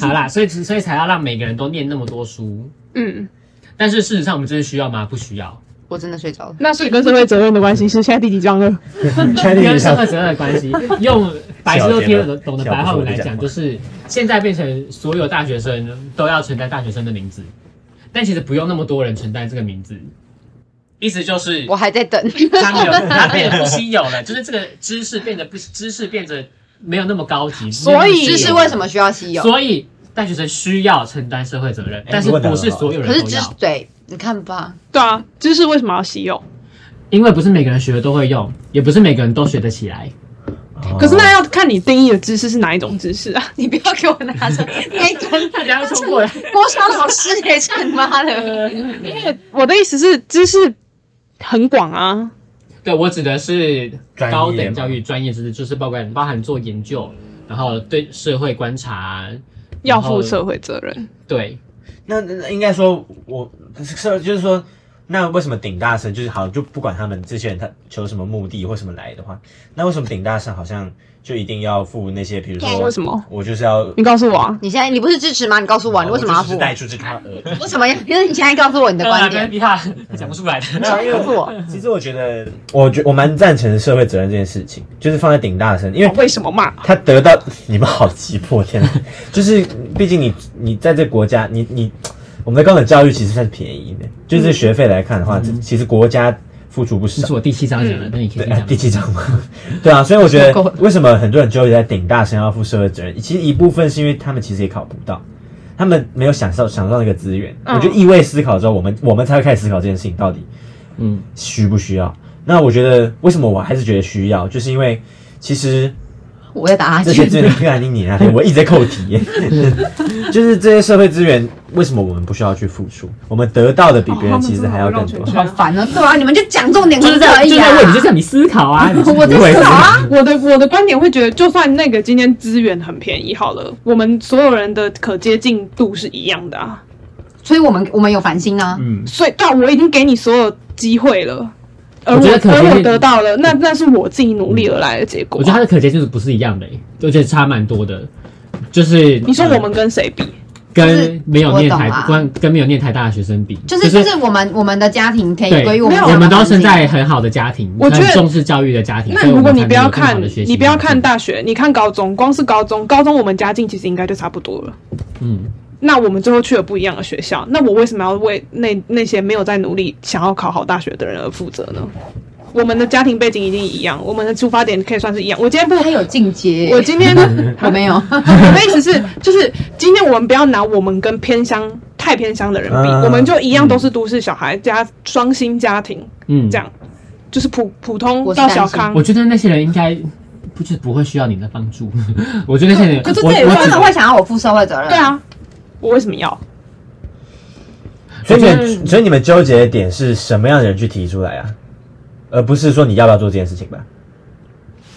Speaker 2: 好啦，所以所以才要让每个人都念那么多书。
Speaker 3: 嗯，
Speaker 2: 但是事实上，我们真的需要吗？不需要，
Speaker 1: 我真的睡着了。
Speaker 3: 那所以跟社会责任的关系是现在第几章了？
Speaker 4: 确
Speaker 2: 跟社会责任的关系，用白痴都听得懂的白话文来
Speaker 4: 小
Speaker 2: 讲，
Speaker 4: 不
Speaker 2: 就
Speaker 4: 说
Speaker 2: 是现在变成所有大学生都要承担大学生的名字，但其实不用那么多人承担这个名字，意思就是
Speaker 1: 我还在等，
Speaker 2: 他没有，他变得不稀有了，就是这个知识变得不知识变得没有那么高级，
Speaker 3: 所以
Speaker 1: 知识为什么需要稀有？
Speaker 2: 所以大学生需要承担社会责任，
Speaker 4: 哎
Speaker 2: 但是
Speaker 4: 你问得
Speaker 2: 不
Speaker 4: 很
Speaker 2: 是
Speaker 4: 好
Speaker 2: 所有
Speaker 1: 可
Speaker 2: 人
Speaker 1: 是
Speaker 2: 都
Speaker 1: 知
Speaker 2: 要，
Speaker 1: 对，你看吧，
Speaker 3: 对啊，知识为什么要稀有？
Speaker 2: 因为不是每个人学的都会用，也不是每个人都学得起 来。
Speaker 3: 可是那要看你定义的知识是哪一种知识啊？
Speaker 1: 你不要给我拿着 那种
Speaker 2: 大家要冲 过来，
Speaker 1: 国小老师
Speaker 2: 呃
Speaker 1: 也是你妈的。
Speaker 3: 我的意思是，知识很广啊，
Speaker 6: 对我指的是
Speaker 4: 专业
Speaker 6: 高等教育
Speaker 4: 吗
Speaker 6: 专业知识，就是包括包含做研究，然后对社会观察，
Speaker 3: 要
Speaker 6: 然后
Speaker 3: 负社会责任。
Speaker 6: 对，
Speaker 4: 那那那应该说，我是就是说，那为什么顶大生就是好，就不管他们这些人他求什么目的或什么来的话，那为什么顶大生好像就一定要付那些，比如说
Speaker 3: 为什么？
Speaker 4: 我就是要哦
Speaker 3: 你告诉我啊，
Speaker 1: 你现在你不是支持吗？你告诉我，你为什么要
Speaker 4: 我就只
Speaker 1: 付
Speaker 4: 是？带出这呃条鹅？
Speaker 1: 为什么要？因为你现在告诉我你的
Speaker 2: 啊
Speaker 1: 观点，
Speaker 6: 逼他讲不出 来的。
Speaker 4: 因为
Speaker 1: 告诉我，
Speaker 4: 其实我觉得，我觉我蛮赞成社会责任这件事情，就是放在顶大生，因为
Speaker 3: 为什么骂？
Speaker 4: 他得到你们好急迫，天哪！ 就是毕竟你你在这国家，你你我们的高等教育其实算是便宜的，就是学费来看的话，这其实国家付出不
Speaker 6: 这
Speaker 4: 少
Speaker 6: 是。我第七章讲的，那你可以
Speaker 4: 对，
Speaker 6: 先
Speaker 4: 哎
Speaker 6: 讲
Speaker 4: 第。七章嘛，对啊，所以我 觉得为什么很多人纠结在顶大生要负社会责任，其实一部分是因为他们其实也考不到，他们没有享受享受到那个资源。
Speaker 3: 嗯
Speaker 4: 我觉得意味思考之后，我们我们才会开始思考这件事情到底
Speaker 6: 嗯，
Speaker 4: 需不需要。那我觉得为什么我还是觉得需要，就是因为其实
Speaker 2: 啊
Speaker 5: 我在打 哈
Speaker 4: 这些
Speaker 5: 欠。
Speaker 4: 资源，你看你 你啊，我一直在扣题耶， 就是这些社会资源，为什么我们不需要去付出？我们得到的比别人其实还要更多。
Speaker 3: 哦哦他们真的
Speaker 1: 好 烦啊！对啊，你们就讲重点
Speaker 2: 就是
Speaker 1: 可
Speaker 2: 在
Speaker 1: 以
Speaker 2: 就是
Speaker 1: 啊
Speaker 2: 在问你，就是让你思考 啊。你
Speaker 1: 我在思考啊，
Speaker 3: 我的我的观点会觉得，就算那个今天资源很便宜好了，我们所有人的可接近度是一样的啊。
Speaker 1: 所以我们我们有烦心啊。
Speaker 2: 嗯，
Speaker 3: 所以，但我已经给你所有机会了，而
Speaker 2: 我
Speaker 3: 我
Speaker 2: 觉得可能
Speaker 3: 而
Speaker 2: 是
Speaker 3: 我得到了，那那是我自己努力而来的结 果。啊
Speaker 2: 我觉得它的可接就是不是一样的、欸，我觉得差蛮多的。就是嗯
Speaker 3: 你说我们跟谁比？
Speaker 2: 跟没有念台
Speaker 1: 我懂啊
Speaker 2: 跟跟没有念台大的学生比，
Speaker 1: 就是就是我们我们的家庭可以
Speaker 2: 对，
Speaker 1: 归于
Speaker 2: 我
Speaker 1: 我们，
Speaker 2: 们都生在很好的家庭，
Speaker 3: 我觉得
Speaker 2: 很重视教育的家庭。
Speaker 3: 那
Speaker 2: 所以我们
Speaker 3: 如果你
Speaker 2: 才
Speaker 3: 不
Speaker 2: 能
Speaker 3: 要
Speaker 2: 有更好
Speaker 3: 看
Speaker 2: 的学习
Speaker 3: 你不要看
Speaker 2: 环境，
Speaker 3: 大学，你看高中，光是高中，高中我们家境其实应该就差不多了。
Speaker 2: 嗯，
Speaker 3: 那我们最后去了不一样的学校，那我为什么要为那那些没有在努力想要考好大学的人而负责呢？我们的家庭背景一定一样，我们的出发点可以算是一样。我今天不，
Speaker 1: 他有进阶，
Speaker 3: 我今天
Speaker 1: 我没有，
Speaker 3: 我的意思 是，就是今天我们不要拿我们跟偏乡太偏乡的人比，
Speaker 4: 嗯
Speaker 3: 我们就一样都是都市小孩加双薪家庭
Speaker 2: 嗯
Speaker 3: 这样，就是普普通
Speaker 1: 我是
Speaker 3: 到
Speaker 1: 担心
Speaker 3: 小康
Speaker 2: 我。觉得那些人应该不就是不会需要你的帮助。 我觉得那些人，
Speaker 3: 可是
Speaker 2: 我
Speaker 3: 这也
Speaker 2: 我
Speaker 3: 算
Speaker 1: 他
Speaker 2: 只
Speaker 1: 们会想要我负社会责任。
Speaker 3: 对，啊，我为什么要？
Speaker 4: 所以你
Speaker 2: 我觉得
Speaker 4: 们，所以你们纠结的点是什么样的人去提出来啊？而不是说你要不要做这件事情吧？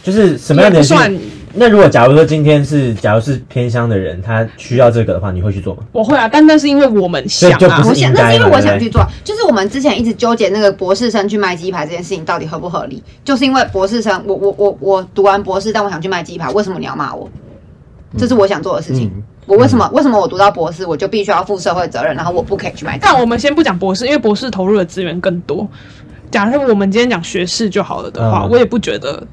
Speaker 4: 就是什么样的人去
Speaker 3: 也不算？
Speaker 4: 那如果假如说今天是，假如是偏乡的人，他需要这个的话，你会去做吗？
Speaker 3: 我会啊，但那是因为我们想
Speaker 4: 就就
Speaker 3: 啊
Speaker 4: 不，
Speaker 1: 我
Speaker 4: 是应
Speaker 1: 想
Speaker 4: 该嘛
Speaker 1: 那是因为我
Speaker 4: 对不对
Speaker 1: 想去做，就是我们之前一直纠结那个博士生去卖鸡排这件事情到底合不合理，就是因为博士生，我我我我读完博士，但我想去卖鸡排，为什么你要骂我？这是我想做的事
Speaker 4: 嗯
Speaker 1: 情。我为什么为什么我读到博士，我就必须要负社会责任，然后我不可以去卖鸡排？
Speaker 3: 但我们先不讲博士，因为博士投入的资源更多。假设我们今天讲学士就好了的话，
Speaker 4: 嗯
Speaker 3: 我也不觉得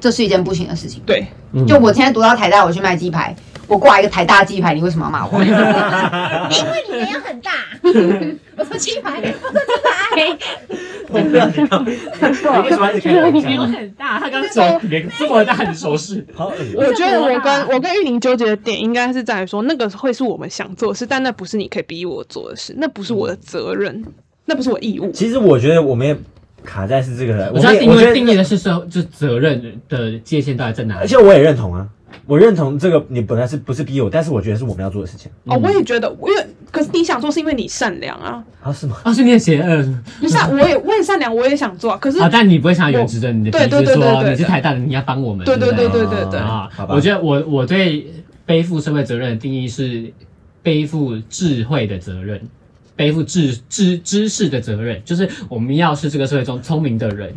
Speaker 1: 这是一件不行的事情。
Speaker 3: 对。
Speaker 2: 嗯
Speaker 1: 就我现在读到台大，我去卖鸡排，我挂一个台大鸡排，你为什么要 骂我？
Speaker 4: 你为什么还是开玩笑？
Speaker 2: 很大，他刚手脸这么大的手势，
Speaker 4: 好恶心
Speaker 3: 我觉得我
Speaker 1: 啊
Speaker 3: 跟我跟玉玲纠结的点应该是在于说，那个会是我们想做的事，但那不是你可以逼我做的事，那不是我的责任，那不是我义务。
Speaker 4: 其实我觉得我们也卡在是这个，
Speaker 2: 我
Speaker 4: 我
Speaker 2: 觉
Speaker 4: 们
Speaker 2: 得
Speaker 4: 也
Speaker 2: 定
Speaker 4: 我
Speaker 2: 位
Speaker 4: 觉得
Speaker 2: 定义的是社会就责任的界限到底在哪
Speaker 4: 而
Speaker 2: 里？
Speaker 4: 且我也认同啊，我认同这个，你本来是不是逼我，但是我觉得是我们要做的事情
Speaker 1: 嗯
Speaker 3: 哦，我
Speaker 2: 嗯
Speaker 3: 也觉得，因为可是你想做是因为你善良啊，
Speaker 4: 啊，是吗？
Speaker 2: 哦，是你的邪恶
Speaker 3: 不是、啊，我也我也善良，我也想做啊，可是
Speaker 2: 啊，但你不会想要原指正你的
Speaker 3: 对
Speaker 2: 敌
Speaker 3: 对
Speaker 2: 是
Speaker 3: 对对
Speaker 2: 说
Speaker 3: 对
Speaker 2: 你是台大的，你要帮我们，
Speaker 3: 对
Speaker 2: 对不
Speaker 3: 对对对
Speaker 4: 对
Speaker 2: 啊
Speaker 4: 好，吧
Speaker 2: 我觉得我我对背负社会责任的定义是背负智慧的责任，背负知知知识的责任，就是我们要是这个社会中聪明的人。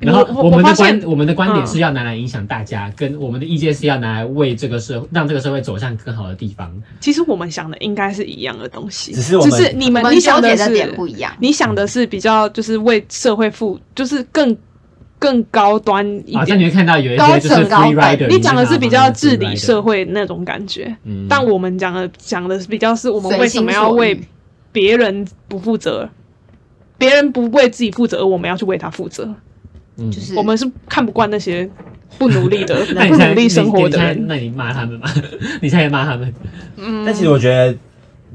Speaker 2: 然后
Speaker 3: 哎我我
Speaker 2: 们
Speaker 3: 我
Speaker 2: 的
Speaker 3: 发现
Speaker 2: 观我们的观点
Speaker 3: 嗯
Speaker 2: 是要拿来影响大家，跟我们的意见是要拿来为这个社会让这个社会走向更好的地方。
Speaker 3: 其实我们想的应该是一样的东西，
Speaker 4: 只是我们
Speaker 3: 只是你
Speaker 1: 我
Speaker 3: 们
Speaker 1: 们
Speaker 3: 你
Speaker 1: 纠
Speaker 3: 想
Speaker 1: 结
Speaker 3: 的
Speaker 1: 的
Speaker 3: 是
Speaker 1: 点不一样。
Speaker 3: 你想的是比较就是为社会付，就是更更高端一
Speaker 2: 好像
Speaker 3: 点。
Speaker 2: 你会看到有一些就是
Speaker 1: 高层高
Speaker 2: free
Speaker 1: 管
Speaker 2: rider，
Speaker 3: 你讲的是比较治理社
Speaker 2: 会，
Speaker 3: 会那种感觉，
Speaker 2: 嗯
Speaker 3: 但我们讲的讲的是比较是我们为
Speaker 1: 随
Speaker 3: 什
Speaker 1: 心
Speaker 3: 么要
Speaker 1: 所
Speaker 3: 为
Speaker 1: 欲
Speaker 3: 别人不负责，别人不为自己负责，我们要去为他负责。
Speaker 2: 嗯
Speaker 1: 就是
Speaker 3: 我们是看不惯那些不努力 的
Speaker 2: 那、
Speaker 3: 不
Speaker 2: 你
Speaker 3: 努
Speaker 2: 现在
Speaker 3: 力生活
Speaker 2: 你你
Speaker 3: 的
Speaker 2: 现
Speaker 3: 人。
Speaker 2: 在那你骂他们吧， 你现在骂他们，
Speaker 3: 嗯
Speaker 4: 但其实我觉得，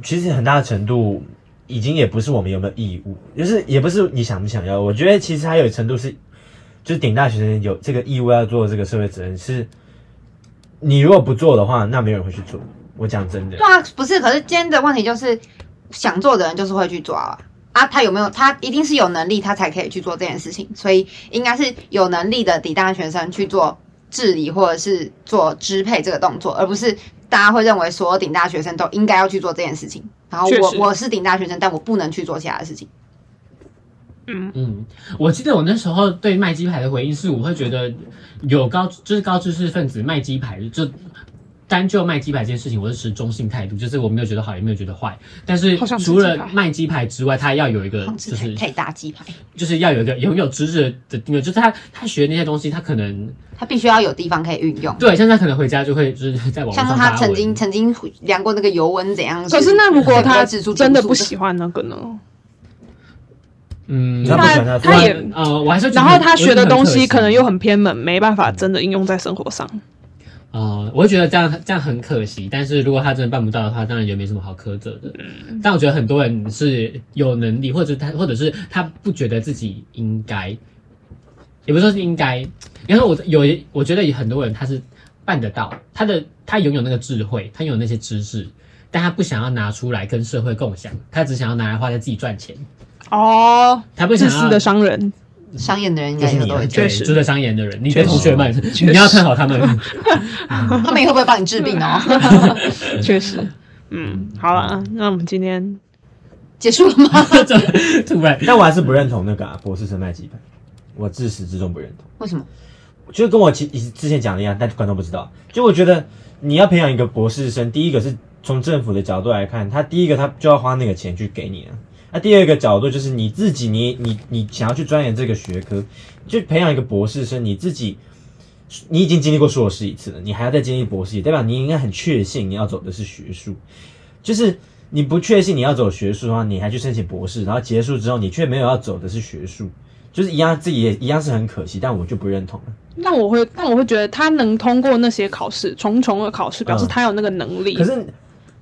Speaker 4: 其实很大的程度已经也不是我们有没有义务，就是也不是你想不想要。我觉得其实还有程度是，就是顶大学生有这个义务要做这个社会责任，是你如果不做的话，那没有人会去做。我讲真的
Speaker 1: 对，啊，不是，可是今天的问题就是，想做的人就是会去抓啊。啊，他有没有？他一定是有能力，他才可以去做这件事情，所以应该是有能力的抵大学生去做治理或者是做支配这个动作，而不是大家会认为所有顶大学生都应该要去做这件事情。然后
Speaker 3: 确
Speaker 1: 我
Speaker 3: 实
Speaker 1: 我是顶大学生，但我不能去做其他的事情。
Speaker 2: 嗯，我记得我那时候对卖鸡排的回应是，我会觉得有高就是高知识分子卖鸡排，就单就卖鸡排这件事情，我是持中性态度，就是我没有觉得好，也没有觉得坏。但是
Speaker 3: 好想吃
Speaker 2: 除
Speaker 3: 鸡
Speaker 2: 了
Speaker 3: 排
Speaker 2: 卖鸡排之外，他要有一个
Speaker 1: 控制
Speaker 2: 就是
Speaker 1: 太太大鸡排，
Speaker 2: 就是要有一个拥有知识的定位，就是他他学那些东西，他可能
Speaker 1: 他必须要有地方可以运用。
Speaker 2: 对，像他可能回家就会就是在网络
Speaker 1: 像
Speaker 2: 上
Speaker 1: 是
Speaker 2: 发
Speaker 1: 他
Speaker 2: 文
Speaker 1: 曾经曾经量过那个油温怎样？
Speaker 3: 可是那如果他
Speaker 1: 指出
Speaker 3: 真的不喜欢那个呢？
Speaker 2: 嗯，
Speaker 4: 他不喜欢
Speaker 3: 他
Speaker 4: 他
Speaker 3: 他也，
Speaker 2: 呃，我还是觉得
Speaker 3: 然后他学的东西可能又
Speaker 2: 很
Speaker 3: 很偏门，没办法真的应用在生活上。
Speaker 2: 哦，我会觉得这样这样很可惜。但是如果他真的办不到的话，当然也没什么好苛责的。但我觉得很多人是有能力，或者他或者是他不觉得自己应该，也不是说是应该。然后我有我觉得有很多人他是办得到，他的他拥有那个智慧，他拥有那些知识。但他不想要拿出来跟社会共享，他只想要拿来花在自己赚钱，
Speaker 3: 哦，
Speaker 2: 他不想
Speaker 3: 自
Speaker 2: 要
Speaker 3: 私的商人，
Speaker 1: 商业的人应
Speaker 2: 就
Speaker 1: 该
Speaker 2: 是
Speaker 1: 有
Speaker 2: 你
Speaker 1: 都
Speaker 2: 啊，
Speaker 1: 会
Speaker 2: 对，
Speaker 1: 觉
Speaker 3: 实
Speaker 2: 值得商言的人，你
Speaker 3: 确
Speaker 2: 的
Speaker 3: 实
Speaker 2: 同学们，你要看好他们。
Speaker 1: 得， 他们以后会不会帮你治病哦？
Speaker 4: 啊
Speaker 3: 确实，嗯，好了，那我们今天
Speaker 1: 结束了吗？
Speaker 2: 怎么突然，
Speaker 4: 但我还是不认同那个、啊、博士生卖鸡排，我自始至终不认同。
Speaker 1: 为什么？
Speaker 4: 就跟我其之前讲的一样，但观众不知道。就我觉得你要培养一个博士生，第一个是从政府的角度来看，他第一个他就要花那个钱去给你啊。那、第二个角度就是你自己你，你你想要去钻研这个学科，就培养一个博士生，你自己你已经经历过硕士一次了，你还要再经历博士一次，代表你应该很确信你要走的是学术。就是你不确信你要走学术的话，你还去申请博士，然后结束之后你却没有要走的是学术，就是一样，自己也一样是很可惜，但我就不认同了。
Speaker 3: 但我会，但我会觉得他能通过那些考试，重重的考试，表示
Speaker 4: 嗯
Speaker 3: 他有那个能力。
Speaker 4: 可是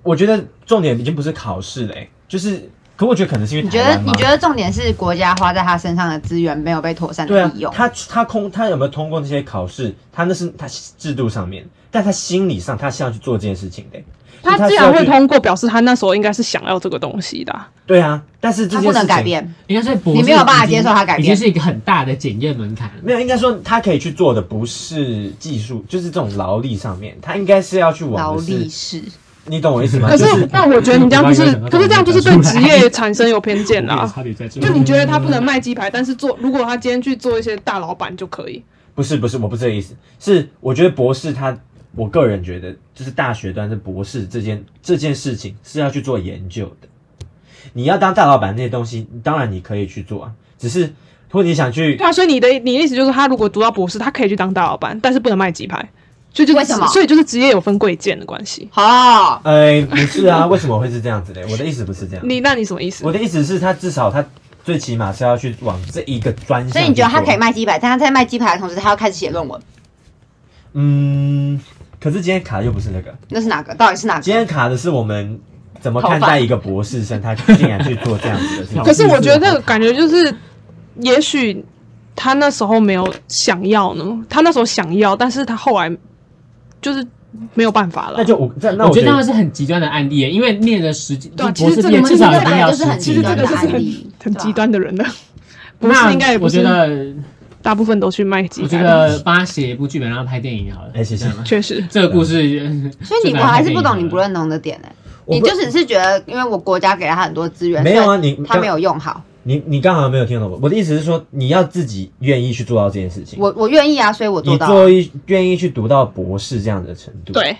Speaker 4: 我觉得重点已经不是考试嘞、就是，可我觉得可能是因为
Speaker 1: 你觉
Speaker 4: 台
Speaker 1: 得
Speaker 4: 湾
Speaker 1: 你
Speaker 4: 嘛
Speaker 1: 觉得重点是国家花在他身上的资源没有被妥善
Speaker 4: 对
Speaker 1: 的
Speaker 4: 啊
Speaker 1: 利用？，
Speaker 4: 他他空他有没有通过那些考试？他那是他制度上面，但他心理上他是要去做这件事情的、
Speaker 3: 他
Speaker 4: 就是
Speaker 3: 既
Speaker 4: 是要
Speaker 3: 然会
Speaker 4: 去
Speaker 3: 通过，表示他那时候应该是想要这个东西的啊、
Speaker 4: 对啊，但是这
Speaker 1: 他
Speaker 4: 件
Speaker 1: 不
Speaker 4: 事
Speaker 1: 能
Speaker 4: 情
Speaker 1: 改，变，
Speaker 2: 应该是博士
Speaker 1: 你没有办法
Speaker 2: 已经
Speaker 1: 接受他改变
Speaker 2: 已经是一个很大的检验门槛。
Speaker 4: 没有应该说他可以去做的不是技术，就是这种劳力上面，他应该是要去
Speaker 1: 劳
Speaker 4: 往的
Speaker 1: 力
Speaker 4: 是，
Speaker 1: 士。
Speaker 4: 你懂我意思吗？
Speaker 3: 可，
Speaker 4: 就是
Speaker 3: 但我觉得你这样就是，可是这样就是对职业产生有偏见啦、
Speaker 2: 差点在这
Speaker 3: 就你觉得他不能卖鸡排，但是做如果他今天去做一些大老板就可以。
Speaker 4: 不是不是，我不是这个意思，是我觉得博士他，我个人觉得就是大学端的博士这件这件事情是要去做研究的。你要当大老板那些东西，当然你可以去做啊，只是或者你想去
Speaker 3: 对啊，所以你的你的意思就是，他如果读到博士，他可以去当大老板，但是不能卖鸡排。所以就是
Speaker 1: 为什么
Speaker 3: 所以就是职业有分贵贱的关系。
Speaker 1: 哦，
Speaker 4: 哎，不是啊，为什么会是这 样子的？我的意思不是这样，
Speaker 3: 你那你什么意思
Speaker 4: 我？的意思是，他至少他最起码是要去往这一个专项。
Speaker 1: 所以你觉得他可以？卖鸡排，但他在卖鸡排的同时，他要开始写论文，
Speaker 4: 嗯，可是今天卡的又不是那个，
Speaker 1: 那是哪个？到底是哪
Speaker 4: 今
Speaker 1: 个？
Speaker 4: 天卡的是我们怎么
Speaker 1: 头发
Speaker 4: 看待一个博士生，他竟然去做这样子的 事情。
Speaker 3: 可是我觉得感觉就是，也许他那时候没有想要呢，他那时候想要，但是他后来就是没有办法了
Speaker 4: 那。就我这那
Speaker 2: 我觉得
Speaker 4: 得
Speaker 2: 那个是很极端的案例耶，因为念了十几，
Speaker 3: 对啊
Speaker 2: 就博
Speaker 3: 其
Speaker 2: 士
Speaker 3: 实这
Speaker 2: 毕业
Speaker 3: 个
Speaker 2: 至少
Speaker 3: 这
Speaker 2: 也
Speaker 3: 个
Speaker 2: 定要
Speaker 1: 就是
Speaker 2: 十
Speaker 1: 很
Speaker 2: 几
Speaker 1: 极
Speaker 3: 其实
Speaker 1: 端的
Speaker 3: 这个是
Speaker 1: 案
Speaker 3: 很
Speaker 1: 例，
Speaker 3: 很
Speaker 1: 对吧
Speaker 3: 极。端的人的，啊 不
Speaker 2: 那
Speaker 3: 是应该也不
Speaker 2: 我觉
Speaker 3: 是
Speaker 2: 得，
Speaker 3: 大部分都去卖鸡
Speaker 2: 我觉
Speaker 3: 排
Speaker 2: 得
Speaker 3: 吧。
Speaker 2: 帮他写一部剧本，让他拍电影好了。
Speaker 4: 哎，谢啊谢。
Speaker 3: 确实，
Speaker 2: 这个故事，
Speaker 1: 所以你我
Speaker 2: 就拿来
Speaker 1: 还
Speaker 2: 拍
Speaker 1: 是
Speaker 2: 电
Speaker 1: 不
Speaker 2: 影
Speaker 1: 懂
Speaker 2: 好
Speaker 1: 你
Speaker 2: 了
Speaker 1: 不认同的点呢？
Speaker 4: 我
Speaker 1: 你
Speaker 4: 不
Speaker 1: 就只是觉得，因为我国家给他很多资源，
Speaker 4: 没有
Speaker 1: 所
Speaker 4: 啊
Speaker 1: 以
Speaker 4: 你
Speaker 1: 他
Speaker 4: 刚
Speaker 1: 没有用好。
Speaker 4: 你你刚好没有听懂我，我的意思是说，你要自己愿意去做到这件事情。
Speaker 1: 我我愿意啊，所以我做
Speaker 4: 你
Speaker 1: 到啊
Speaker 4: 做。一愿意去读到博士这样的程度，。
Speaker 3: 对，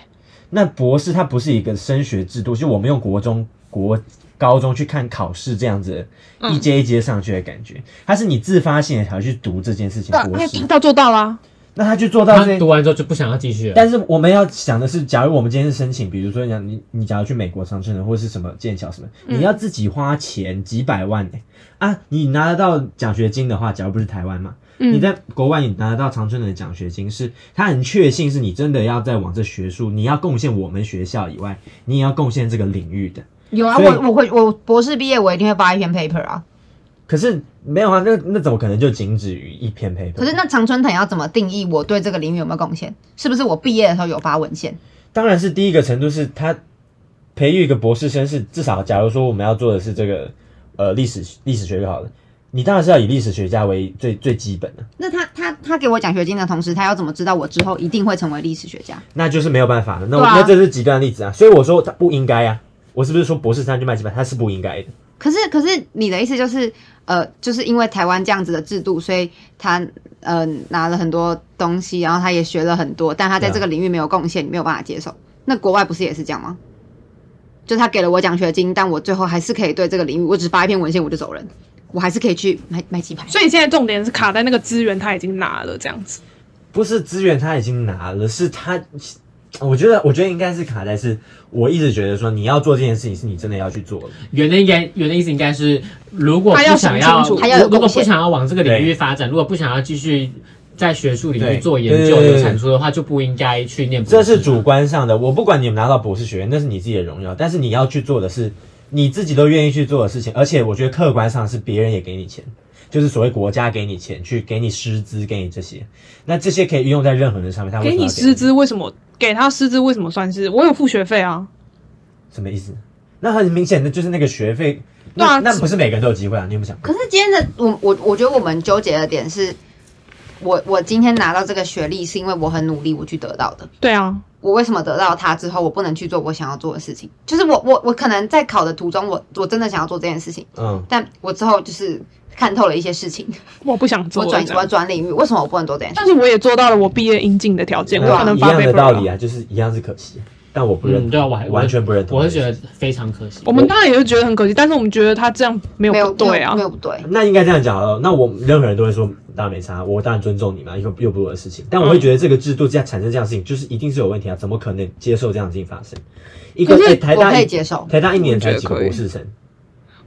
Speaker 4: 那博士它不是一个升学制度，就我们用国中、国高中去看考试这样子，一阶一阶上去的感觉，它是你自发性的想要去读这件事情
Speaker 3: 对啊，
Speaker 4: 博
Speaker 3: 他
Speaker 4: 士
Speaker 3: 他，他做到啊啦。
Speaker 4: 那他去做到
Speaker 2: 他
Speaker 4: 这
Speaker 2: 读。完之后就不想要继
Speaker 1: 啊
Speaker 2: 续了。
Speaker 4: 但是我们要想的是，假如我们今天是申请，比如说你想你你假如去美国长春的或者是什么剑桥什么，
Speaker 1: 嗯
Speaker 4: 你要自己花钱几百万呢、啊！你拿得到奖学金的话，假如不是台湾嘛，
Speaker 1: 嗯
Speaker 4: 你在国外你拿得到长春的奖学金是，他很确信是你真的要在往这学术，你要贡献我们学校以外，你也要贡献这个领域的。
Speaker 1: 有啊，
Speaker 4: 所以
Speaker 1: 我我会我博士毕业，我一定会发一篇 paper 啊。
Speaker 4: 可是没有啊，那那怎么可能就仅止于一篇 paper？
Speaker 1: 可是那常春藤要怎么定义我对这个领域有没有贡献？是不是我毕业的时候有发文献？
Speaker 4: 当然是第一个程度是他培育一个博士生是至少，假如说我们要做的是这个呃历史历史学科好了，你当然是要以历史学家为最最基本的，
Speaker 1: 那他他他给我奖学金的同时，他要怎么知道我之后一定会成为历史学家？
Speaker 4: 那就是没有办法的。那我、
Speaker 1: 对啊
Speaker 4: 那这是极端的例子啊，所以我说他不应该啊。我是不是说博士生去卖鸡排，他是不应该的？
Speaker 1: 可是可是你的意思就是，呃，就是因为台湾这样子的制度，所以他呃拿了很多东西，然后他也学了很多，但他在
Speaker 4: 对啊
Speaker 1: 这个领域没有贡献，你没有办法接受。那国外不是也是这样吗？就他给了我奖学金，但我最后还是可以对这个领域，我只发一篇文献我就走人，我还是可以去买买鸡排。
Speaker 3: 所以你现在重点是卡在那个资源他已经拿了这样子，
Speaker 4: 不是资源他已经拿了，是他，我觉得我觉得应该是卡在是，我一直觉得说你要做这件事情是你真的要去做的。
Speaker 2: 原的应该原的意思应该是，如果
Speaker 3: 他要
Speaker 2: 不想
Speaker 3: 想
Speaker 2: 要，
Speaker 3: 清楚
Speaker 1: 他要有
Speaker 2: 如果
Speaker 1: 贡献
Speaker 2: 不想要往这个领域
Speaker 4: 对
Speaker 2: 发展，如果不想要继续在学术领
Speaker 4: 对
Speaker 2: 域做
Speaker 4: 对
Speaker 2: 研
Speaker 4: 对
Speaker 2: 究
Speaker 4: 对
Speaker 2: 有
Speaker 4: 对
Speaker 2: 产出的话，就不应该去念博士
Speaker 4: 这
Speaker 2: 嘛。
Speaker 4: 是主观上的，我不管你有没有拿到博士学位，那是你自己的荣耀。但是你要去做的是你自己都愿意去做的事情，而且我觉得客观上是别人也给你钱，就是所谓国家给你钱，去给你师资，给你这些。那这些可以运用在任何人上面。他为什
Speaker 3: 给
Speaker 4: 么要
Speaker 3: 你
Speaker 4: 你
Speaker 3: 师资为什么给他师资为什么算是我有付学费啊？
Speaker 4: 什么意思？那很明显的就是那个学费，
Speaker 3: 对啊
Speaker 4: 那那不是每个人都有机会啊！你有没有想过？
Speaker 1: 可是今天的我，我我觉得我们纠结的点是，我我今天拿到这个学历是因为我很努力我去得到的。
Speaker 3: 对啊，
Speaker 1: 我为什么得到它之后，我不能去做我想要做的事情？就是我我我可能在考的途中，我我真的想要做这件事情，
Speaker 4: 嗯，
Speaker 1: 但我之后就是看透了一些事情，
Speaker 3: 我不想做
Speaker 1: 我
Speaker 3: 了
Speaker 1: 转
Speaker 3: 这
Speaker 1: 我
Speaker 3: 样，
Speaker 1: 转领域，为什么我不能做这件事？
Speaker 3: 但是我也做到了我毕业应尽的条件，
Speaker 1: 对
Speaker 3: 我
Speaker 1: 啊
Speaker 3: 可能
Speaker 4: 一
Speaker 3: 发
Speaker 4: 样
Speaker 3: paper
Speaker 4: 的道
Speaker 3: 了
Speaker 4: 理啊，就是一样是可惜，但我不认同，
Speaker 2: 嗯，对啊，我还我
Speaker 4: 完全不认同。
Speaker 2: 我会觉得非常可惜。
Speaker 3: 我们当然也是觉得很可惜，但是我们觉得他这样没有
Speaker 1: 没有
Speaker 3: 不对啊
Speaker 1: 没有没，有不对，
Speaker 4: 那应该这样讲好了。那我任何人都会说，当然没差，我当然尊重你嘛，又又不是我的事情。但
Speaker 1: 嗯
Speaker 4: 我会觉得这个制度这样产生这样的事情，就是一定是有问题啊！怎么可能接受这样的事情发生？一个、
Speaker 1: 可是
Speaker 4: 哎台
Speaker 1: 我
Speaker 4: 大
Speaker 1: 可以
Speaker 4: 一
Speaker 1: 接受
Speaker 4: 台大一年才几个
Speaker 3: 我觉得可以
Speaker 4: 博士生，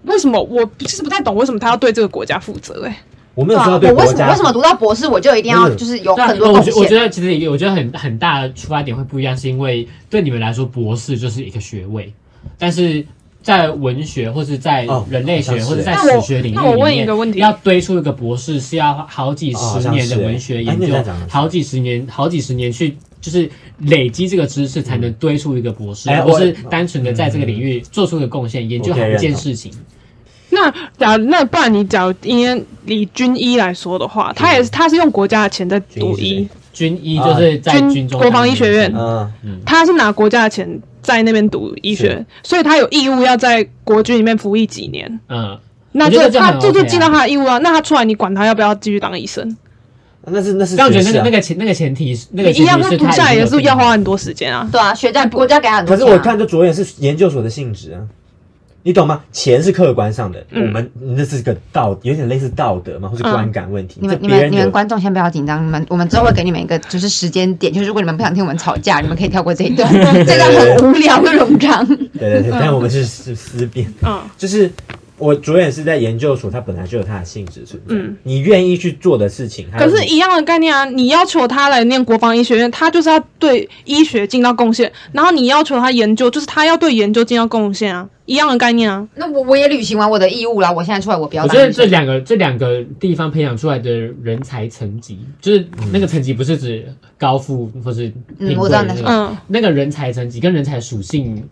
Speaker 3: 为什么我其实不太懂为什么他要对这个国家负责？哎，
Speaker 4: 我没
Speaker 1: 对啊，
Speaker 4: 有说要
Speaker 1: 我
Speaker 4: 对
Speaker 1: 为
Speaker 4: 国
Speaker 1: 什么
Speaker 4: 家
Speaker 1: 为什么读到博士我就一定要
Speaker 4: 嗯
Speaker 1: 就是有
Speaker 2: 对啊
Speaker 1: 很多
Speaker 2: 我
Speaker 1: 贡
Speaker 2: 觉我觉
Speaker 1: 献？
Speaker 2: 得其实也我觉得很很大的出发点会不一样，是因为对你们来说，博士就是一个学位，但是在文学或是在
Speaker 4: 哦
Speaker 2: 人类学、
Speaker 4: 好像是
Speaker 2: 或者在
Speaker 3: 那我
Speaker 2: 史学领域
Speaker 3: 那我
Speaker 2: 里
Speaker 3: 问
Speaker 2: 面
Speaker 3: 一个问题
Speaker 2: 要堆出一个博士是要好几
Speaker 4: 哦好
Speaker 2: 十
Speaker 4: 像
Speaker 2: 年的
Speaker 4: 是
Speaker 2: 文学
Speaker 4: 哎
Speaker 2: 研
Speaker 4: 那
Speaker 2: 究
Speaker 4: 你在讲的，是
Speaker 2: 好几十年、好几十年去就是累积这个知识，才能堆出一个博士，
Speaker 4: 嗯哎
Speaker 2: 而不
Speaker 4: 我嗯
Speaker 2: 是单纯的在这个领域做出一个贡献，研究
Speaker 4: 我可
Speaker 2: 好
Speaker 4: 以
Speaker 2: 一
Speaker 4: 认
Speaker 2: 件
Speaker 4: 同
Speaker 2: 事情。
Speaker 3: 那假如那不然你假如今天以军医来说的
Speaker 2: 嗯
Speaker 3: 话，他也是他是用国家的钱在读
Speaker 4: 军医是
Speaker 3: 医，
Speaker 2: 军医
Speaker 4: 啊
Speaker 2: 就是在
Speaker 3: 军
Speaker 2: 军中
Speaker 3: 国防
Speaker 2: 当
Speaker 3: 医学
Speaker 2: 医
Speaker 3: 院
Speaker 2: 生
Speaker 4: 嗯，
Speaker 3: 他是拿国家的钱在那边读医学，所以他有义务要在国军里面服役几年。
Speaker 2: 嗯，
Speaker 3: 那
Speaker 2: 我觉
Speaker 3: 这
Speaker 2: 得这
Speaker 3: 他
Speaker 2: 很
Speaker 3: 这就
Speaker 2: OK 啊
Speaker 3: 尽到他的义务啊。那他出来，你管他要不要继续当医生？
Speaker 4: 那是那是
Speaker 2: 但我觉得那
Speaker 4: 学士
Speaker 2: 个
Speaker 4: 啊
Speaker 2: 那个前那个前提是那
Speaker 3: 你
Speaker 2: 个
Speaker 3: 一
Speaker 2: 前
Speaker 3: 样，
Speaker 2: 提
Speaker 3: 他
Speaker 2: 是
Speaker 3: 读
Speaker 2: 他
Speaker 3: 下来
Speaker 2: 已经
Speaker 3: 也
Speaker 2: 有
Speaker 3: 是
Speaker 2: 病
Speaker 3: 要
Speaker 2: 了
Speaker 3: 花很多时间啊。
Speaker 2: 嗯
Speaker 1: 对啊，学在国家给他很多、
Speaker 4: 可
Speaker 1: 啊，
Speaker 4: 是我看这着眼是研究所的性质啊，你懂吗？钱是客观上的，
Speaker 3: 嗯
Speaker 4: 我们那是个道，有点类似道德嘛，或是
Speaker 1: 嗯
Speaker 4: 观感问题。
Speaker 1: 你们
Speaker 4: 这
Speaker 1: 你
Speaker 4: 别
Speaker 1: 们
Speaker 4: 人
Speaker 1: 你
Speaker 4: 有
Speaker 1: 们观众先不要紧张，你们我们之后会给你们一个就是时间点，就是如果你们不想听我们吵架， 你们可以跳过这一段，这段很无聊的冗长。
Speaker 4: 对对对，但我们是是思辨。
Speaker 3: 嗯，
Speaker 4: 就是我着眼是在研究所，它本来就有它的性质存在。
Speaker 3: 嗯
Speaker 4: 你愿意去做的事情，还
Speaker 3: 可
Speaker 4: 有
Speaker 3: 是，
Speaker 4: 你
Speaker 3: 一样的概念啊！你要求他来念国防医学院，他就是要对医学尽到贡献；然后你要求他研究，就是他要对研究尽到贡献啊！一样的概念啊！
Speaker 1: 那我我也履行完我的义务啦，我现在出来我不要
Speaker 2: 我
Speaker 1: 当
Speaker 2: 觉
Speaker 1: 医生。
Speaker 2: 得这两个这两个地方培养出来的人才层级，就是
Speaker 4: 嗯
Speaker 2: 那个层级不是指高富或是
Speaker 1: 嗯
Speaker 2: 贫
Speaker 1: 我
Speaker 2: 贵
Speaker 1: 知道
Speaker 2: 的那
Speaker 1: 那
Speaker 2: 个，
Speaker 3: 嗯，
Speaker 2: 那个人才层级跟人才属性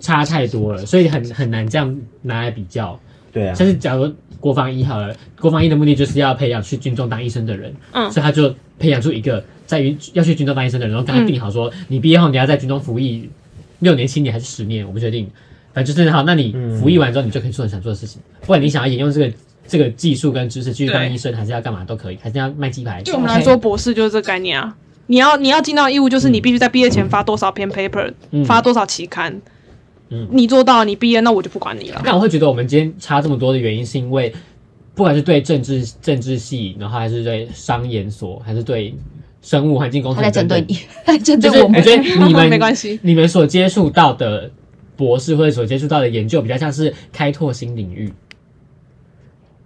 Speaker 2: 差太多了，所以很很难这样拿来比较。
Speaker 4: 对啊，
Speaker 2: 像是假如国防医好了，国防医的目的就是要培养去军中当医生的人，
Speaker 3: 嗯
Speaker 2: 所以他就培养出一个在于要去军中当医生的人，然后
Speaker 3: 嗯
Speaker 2: 跟他定好说，你毕业后你要在军中服役六年、七年还是十年，我不确定，反正就是好，那你
Speaker 4: 嗯
Speaker 2: 服役完之后，你就可以做你想做的事情，不管你想要沿用这个这个技术跟知识去当
Speaker 3: 对
Speaker 2: 医生，还是要干嘛都可以，还是要卖鸡排，
Speaker 3: 对我们来说，博士就是这个概念啊！你要你要尽到的义务，就是你必须在毕业前发多少篇 paper，、
Speaker 2: 嗯
Speaker 3: 发多少期刊。
Speaker 2: 嗯
Speaker 3: 你做到，你毕业，那我就不管你了。
Speaker 2: 那我会觉得我们今天差这么多的原因，是因为不管是对政治政治系，然后还是对商研所，还是对生物环境工
Speaker 1: 他
Speaker 2: 程，
Speaker 1: 在针对你，他在针
Speaker 2: 就
Speaker 1: 对
Speaker 2: 是
Speaker 1: 我们。
Speaker 2: 我觉得 哎你们
Speaker 3: 没关系，
Speaker 2: 你们所接触到的博士或者所接触到的研究，比较像是开拓新领域，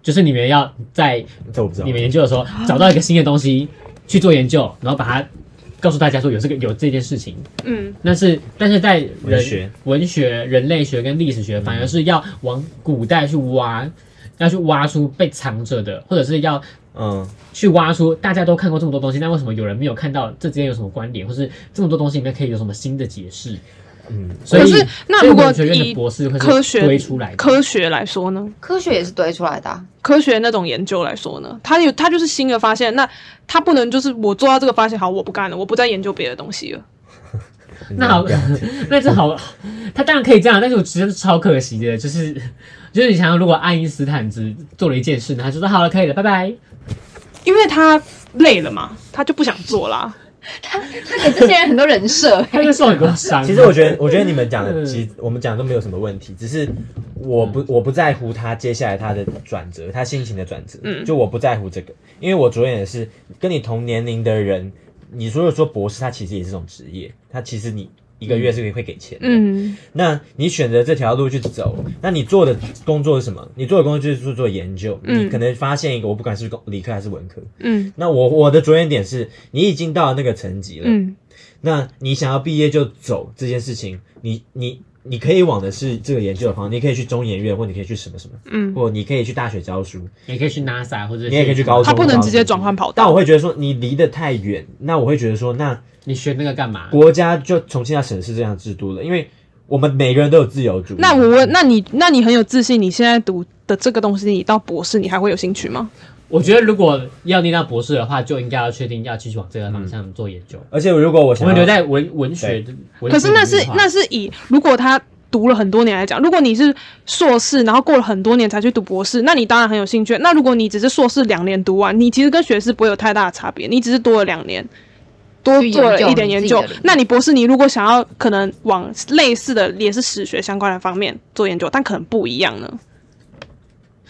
Speaker 2: 就是你们要在
Speaker 4: 这我不知道
Speaker 2: 你。们研究的时候找到一个新的东西去做研究，然后把它告诉大家说有这个有这件事情，
Speaker 3: 嗯，
Speaker 2: 那是，但是在人
Speaker 4: 文学、嗯
Speaker 2: 文学、人类学跟历史学，反而是要往古代去挖，要去挖出被藏着的，或者是要
Speaker 4: 嗯，
Speaker 2: 去挖出大家都看过这么多东西，但为什么有人没有看到这之间有什么关联，或是这么多东西里面可以有什么新的解释？
Speaker 4: 嗯，
Speaker 2: 所
Speaker 3: 可
Speaker 2: 以
Speaker 3: 是那
Speaker 2: 所以
Speaker 3: 如果
Speaker 2: 文学院的
Speaker 3: 以
Speaker 2: 博士会是
Speaker 3: 科学
Speaker 2: 堆出来的
Speaker 3: 科学来说呢，
Speaker 1: 科学也是堆出来的、啊，
Speaker 3: 科学那种研究来说呢，它有它就是新的发现，那它不能就是我做到这个发现，好，我不干了，我不再研究别的东西了。
Speaker 2: 那好
Speaker 4: 这 样，
Speaker 2: 那这好，他当然可以这样，但是我觉得是超可惜的，就是就是你想想，如果爱因斯坦只做了一件事，他就说好了，可以了，拜拜。。
Speaker 3: 因为他累了嘛，他就不想做啦。
Speaker 1: 他给哎这些人很多人设
Speaker 2: 他就受很多伤。
Speaker 4: 其实我觉得，我觉得你们讲的，
Speaker 2: 嗯
Speaker 4: 其实我们讲的都没有什么问题，只是我不我不在乎他接下来他的转折，他心情的转折，
Speaker 3: 嗯
Speaker 4: 就我不在乎这个，因为我着眼的是跟你同年龄的人，你如果说博士，他其实也是种职业，他其实你一个月是会给钱的，
Speaker 3: 嗯，
Speaker 4: 那你选择这条路去走，那你做的工作是什么？你做的工作就是做研究，
Speaker 3: 嗯
Speaker 4: 你可能发现一个，我不管是工理科还是文科，
Speaker 3: 嗯
Speaker 4: 那我我的着眼点是你已经到了那个层级了，
Speaker 3: 嗯
Speaker 4: 那你想要毕业就走这件事情，你你你可以往的是这个研究的方向，你可以去中研院，或你可以去什么什么，
Speaker 3: 嗯，
Speaker 4: 或你可以去大学教书，
Speaker 2: 也可以去 NASA 或者
Speaker 4: 你也可以去高中。
Speaker 3: 他不能直接转换跑
Speaker 4: 但我
Speaker 3: 道。
Speaker 4: 会觉得说你离得太远，那我会觉得说，那
Speaker 2: 你学那个干嘛？
Speaker 4: 国家就重新要审视这样的制度了，因为我们每个人都有自由主义。
Speaker 3: 那我问，那你那你很有自信，你现在读的这个东西，你到博士你还会有兴趣吗？
Speaker 2: 我觉得如果要念到博士的话，就应该要确定要继续往这个方向做研究。
Speaker 4: 而且如果我
Speaker 2: 我
Speaker 4: 想
Speaker 2: 们
Speaker 4: 要
Speaker 2: 留在文文学的，文
Speaker 3: 可
Speaker 2: 学
Speaker 3: 是那是
Speaker 2: 领域的话
Speaker 3: 那是以如果他读了很多年来讲，如果你是硕士，然后过了很多年才去读博士，那你当然很有兴趣。那如果你只是硕士两年读完，你其实跟学士不会有太大的差别，你只是多了两年。多
Speaker 1: 去研究
Speaker 3: 做了一点研
Speaker 1: 你自己的
Speaker 3: 究
Speaker 1: 领域，
Speaker 3: 那你博士你如果想要可能往类似的也是史学相关的方面做研究，但可能不一样呢。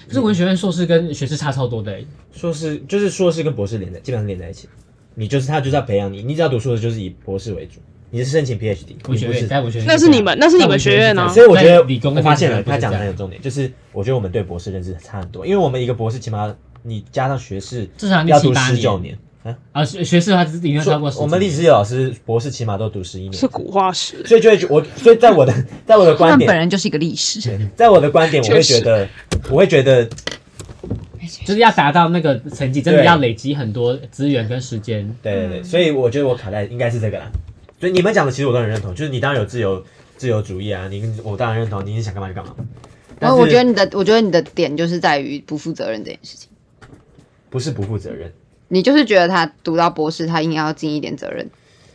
Speaker 2: 可是文学院硕士跟学士差超多的、欸，
Speaker 4: 硕士，就是硕士跟博士连在，基本上连在一起。你就是他就是要培养你，你只要读硕士就是以博士为主，你是申请 PhD，你不
Speaker 2: 文学院
Speaker 4: 是
Speaker 2: 在文学院
Speaker 3: 那是你们那是你们学院啊
Speaker 2: 呢？
Speaker 4: 所以我觉
Speaker 2: 在
Speaker 4: 得
Speaker 2: 理工
Speaker 4: 我
Speaker 2: 跟
Speaker 4: 发现了
Speaker 2: 文学
Speaker 4: 他
Speaker 2: 院不是
Speaker 4: 讲
Speaker 2: 这
Speaker 4: 的
Speaker 2: 样
Speaker 4: 很有重点，就是我觉得我们对博士认知差很多，因为我们一个博士起码你加上学士
Speaker 2: 至少
Speaker 4: 要
Speaker 2: 要
Speaker 4: 读
Speaker 2: 七八
Speaker 4: 十九
Speaker 2: 年
Speaker 4: 年，
Speaker 2: 啊，学学士的话只是应该超过十几
Speaker 4: 我们历
Speaker 2: 年
Speaker 4: 史老师博士起码都读十一年
Speaker 3: 是，古化石，
Speaker 4: 所以就会觉我所以在我的在我的
Speaker 5: 他
Speaker 4: 观
Speaker 5: 们本
Speaker 4: 点，
Speaker 5: 人就是一个历史，
Speaker 4: 对在我的观点，我会觉得我会觉得
Speaker 2: 就是要达到那个成绩，真的
Speaker 4: 对
Speaker 2: 要累积很多资源跟时间。
Speaker 4: 对对对，所以我觉得我卡在应该是这个啦。所以你们讲的其实我都很认同，就是你当然有自由自由主义啊，你跟我当然认同，你想干嘛就干嘛。
Speaker 1: 然
Speaker 4: 但是
Speaker 1: 后我觉得你的，我觉得你的点就是在于不负责任这件事情。
Speaker 4: 不是不负责任，
Speaker 1: 你就是觉得他读到博士，他应该要尽一点责任。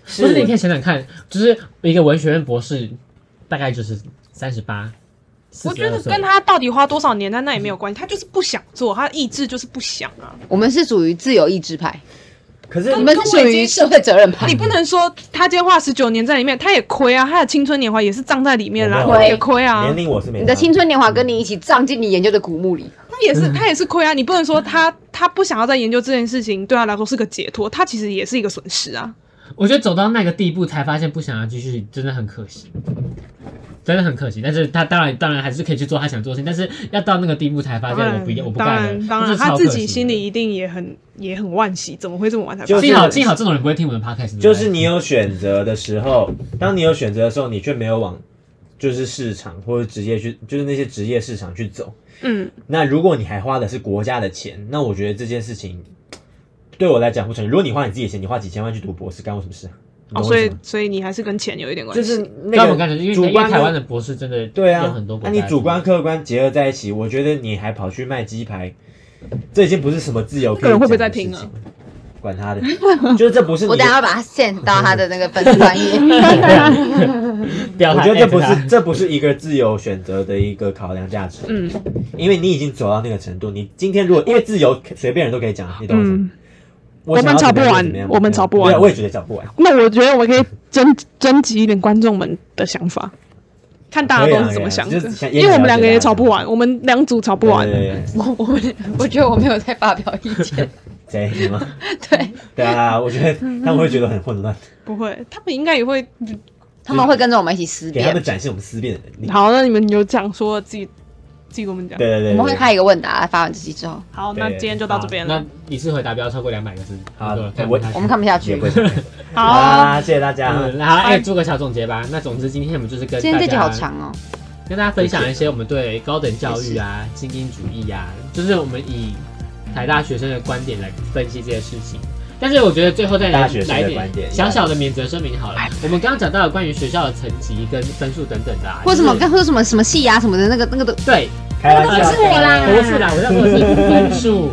Speaker 2: 不是，你可以想想看，就是一个文学院博士，大概就是三十八。
Speaker 3: 我觉得跟他到底花多少年在那也没有关系，他就是不想做，他意志就是不想啊。
Speaker 1: 我们是属于自由意志派，
Speaker 4: 可是
Speaker 1: 你们是属于社会责任派
Speaker 3: 你。不能说他今天花十九年在里面，他也亏啊，他的青春年华也是葬在里面啦，
Speaker 4: 我没有
Speaker 3: 也亏啊
Speaker 4: 年，龄我是没差。
Speaker 1: 你的青春年华跟你一起葬进你研究的古墓里，
Speaker 3: 他也是他也是亏啊。你不能说他他不想要再研究这件事情，对他来说是个解脱，他其实也是一个损失啊。
Speaker 2: 我觉得走到那个地步才发现不想要继续，真的很可惜，真的很可惜。但是他当然当然还是可以去做他想做的事情，但是要到那个地步才发
Speaker 3: 当
Speaker 2: 现我
Speaker 3: 然
Speaker 2: 不要我不
Speaker 3: 当
Speaker 2: 干
Speaker 3: 然
Speaker 2: 了，
Speaker 3: 当
Speaker 2: 这
Speaker 3: 然
Speaker 2: 是
Speaker 3: 他
Speaker 2: 超
Speaker 3: 自
Speaker 2: 可惜
Speaker 3: 己
Speaker 2: 的
Speaker 3: 心里一定也很也很惋惜，怎么会这么晚才发
Speaker 4: 就
Speaker 3: 现？
Speaker 4: 是
Speaker 2: 幸好幸好这种人不会听我们的 podcast，对不对
Speaker 4: 就是你有选择的时候，当你有选择的时候，你却没有往就是市场或者职业去，就是那些职业市场去走。
Speaker 3: 嗯，
Speaker 4: 那如果你还花的是国家的钱，那我觉得这件事情对我来讲不成立。如果你花你自己的钱，你花几千万去读博士，干我什么事啊？你
Speaker 3: 哦，
Speaker 4: 懂我
Speaker 3: 所
Speaker 4: 意
Speaker 3: 以
Speaker 4: 思吗
Speaker 3: 哦所以你还是跟钱有一点关系。
Speaker 4: 就是
Speaker 2: 那
Speaker 4: 那
Speaker 2: 我
Speaker 4: 个
Speaker 2: 感觉，因为
Speaker 4: 主
Speaker 2: 因
Speaker 4: 观
Speaker 2: 为
Speaker 4: 的
Speaker 2: 台湾的博士真的
Speaker 4: 对啊，
Speaker 2: 有很多国
Speaker 4: 那
Speaker 2: 家
Speaker 4: 你主 观
Speaker 2: 是
Speaker 4: 客观结合在一起，我觉得你还跑去卖鸡排，这已经不是什么自由可以
Speaker 3: 那个人会不会
Speaker 4: 讲
Speaker 3: 在
Speaker 4: 的
Speaker 3: 听
Speaker 4: 事
Speaker 3: 啊
Speaker 4: 情了？管他的，就是这 不是你
Speaker 1: 我等一下要
Speaker 4: 的。
Speaker 1: 把他献到他的那个粉丝专业。
Speaker 2: 表
Speaker 4: 我
Speaker 2: 达
Speaker 4: 觉得 这不
Speaker 2: F
Speaker 4: 是啊
Speaker 2: 啦
Speaker 4: 这不是一个自由选择的一个考量价值，
Speaker 3: 嗯
Speaker 4: 因为你已经走到那个程度。你今天如果因为自由随便人都可以讲，你懂我意思吗
Speaker 3: 嗯，？我
Speaker 4: 想
Speaker 3: 们
Speaker 4: 要
Speaker 3: 吵
Speaker 4: 怎么样
Speaker 3: 不
Speaker 4: 就怎
Speaker 3: 完
Speaker 4: 么样
Speaker 3: 我们
Speaker 4: 对啊
Speaker 3: 吵不完
Speaker 4: 对啊我也觉得吵不完。
Speaker 3: 那我觉得我可以征征集一点观众们的想法，看大家都是怎么想的
Speaker 4: 可以啊可以啊就是。想
Speaker 3: 因为我们两个也吵不完，我们两组吵不完。
Speaker 4: 对对对
Speaker 1: 我我我觉得我没有在发表意见，
Speaker 4: 谁 你吗？
Speaker 1: 对
Speaker 4: 对啊，我觉得他们会觉得很混乱，
Speaker 3: 不会，他们应该也会。
Speaker 1: 他们会跟着我们一起思
Speaker 4: 给他们
Speaker 1: 辨。
Speaker 4: 展现我们思辨的 能力。
Speaker 3: 好，那你们有讲说自己自己跟我们讲
Speaker 4: 对。对对，
Speaker 1: 我们会开一个问答，发完这期之后，
Speaker 3: 好，那
Speaker 4: 对
Speaker 3: 今天就到这边了
Speaker 2: 那。一次回答不要超过两百个字。
Speaker 4: 好
Speaker 2: 对
Speaker 4: 对我
Speaker 2: 看不下去
Speaker 1: 我们看不下去
Speaker 4: 也。不会。
Speaker 3: 好，
Speaker 4: 啊，谢谢大家。
Speaker 2: 嗯，然后哎，做个小总结吧。那总之今天我们就是跟
Speaker 1: 今天
Speaker 2: 大
Speaker 1: 这集
Speaker 2: 家
Speaker 1: 好长哦，
Speaker 2: 跟大家分享一些我们对高等教育啊、精英主义啊，就是我们以台大学生的观点来分析这些事情。但是我觉得最后再来
Speaker 4: 大学生
Speaker 2: 来
Speaker 4: 的
Speaker 2: 一
Speaker 4: 观点
Speaker 2: 点小小的免责声明好了。我们刚刚讲到了关于学校的层级跟分数等等的、啊，
Speaker 1: 或什么
Speaker 2: 就是
Speaker 1: 跟或什么什么戏啊什么的，那个那个都
Speaker 2: 对，
Speaker 4: 开玩笑，
Speaker 1: 不是我啦
Speaker 2: 不是啦，我在说的是分数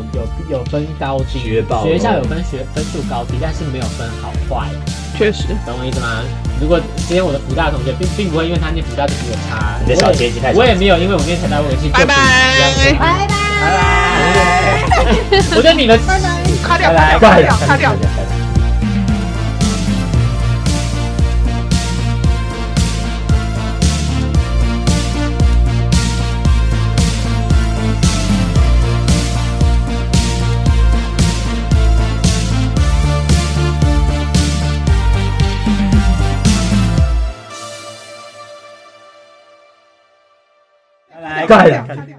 Speaker 2: 有有分高低，
Speaker 4: 学霸
Speaker 2: 学校有分学分数高低，但是没有分好坏，
Speaker 3: 确实，
Speaker 2: 懂我意思吗？如果今天我的福大同学并并不会因为他念福大就比我差，
Speaker 4: 你的小阶级太小
Speaker 2: 我也没有因为我念台大我有去做
Speaker 3: 拜
Speaker 2: 不一样的
Speaker 1: 拜拜。
Speaker 2: 我觉得你们
Speaker 3: 卡掉，
Speaker 4: 来，
Speaker 3: 卡掉，卡掉。
Speaker 4: 来，快点。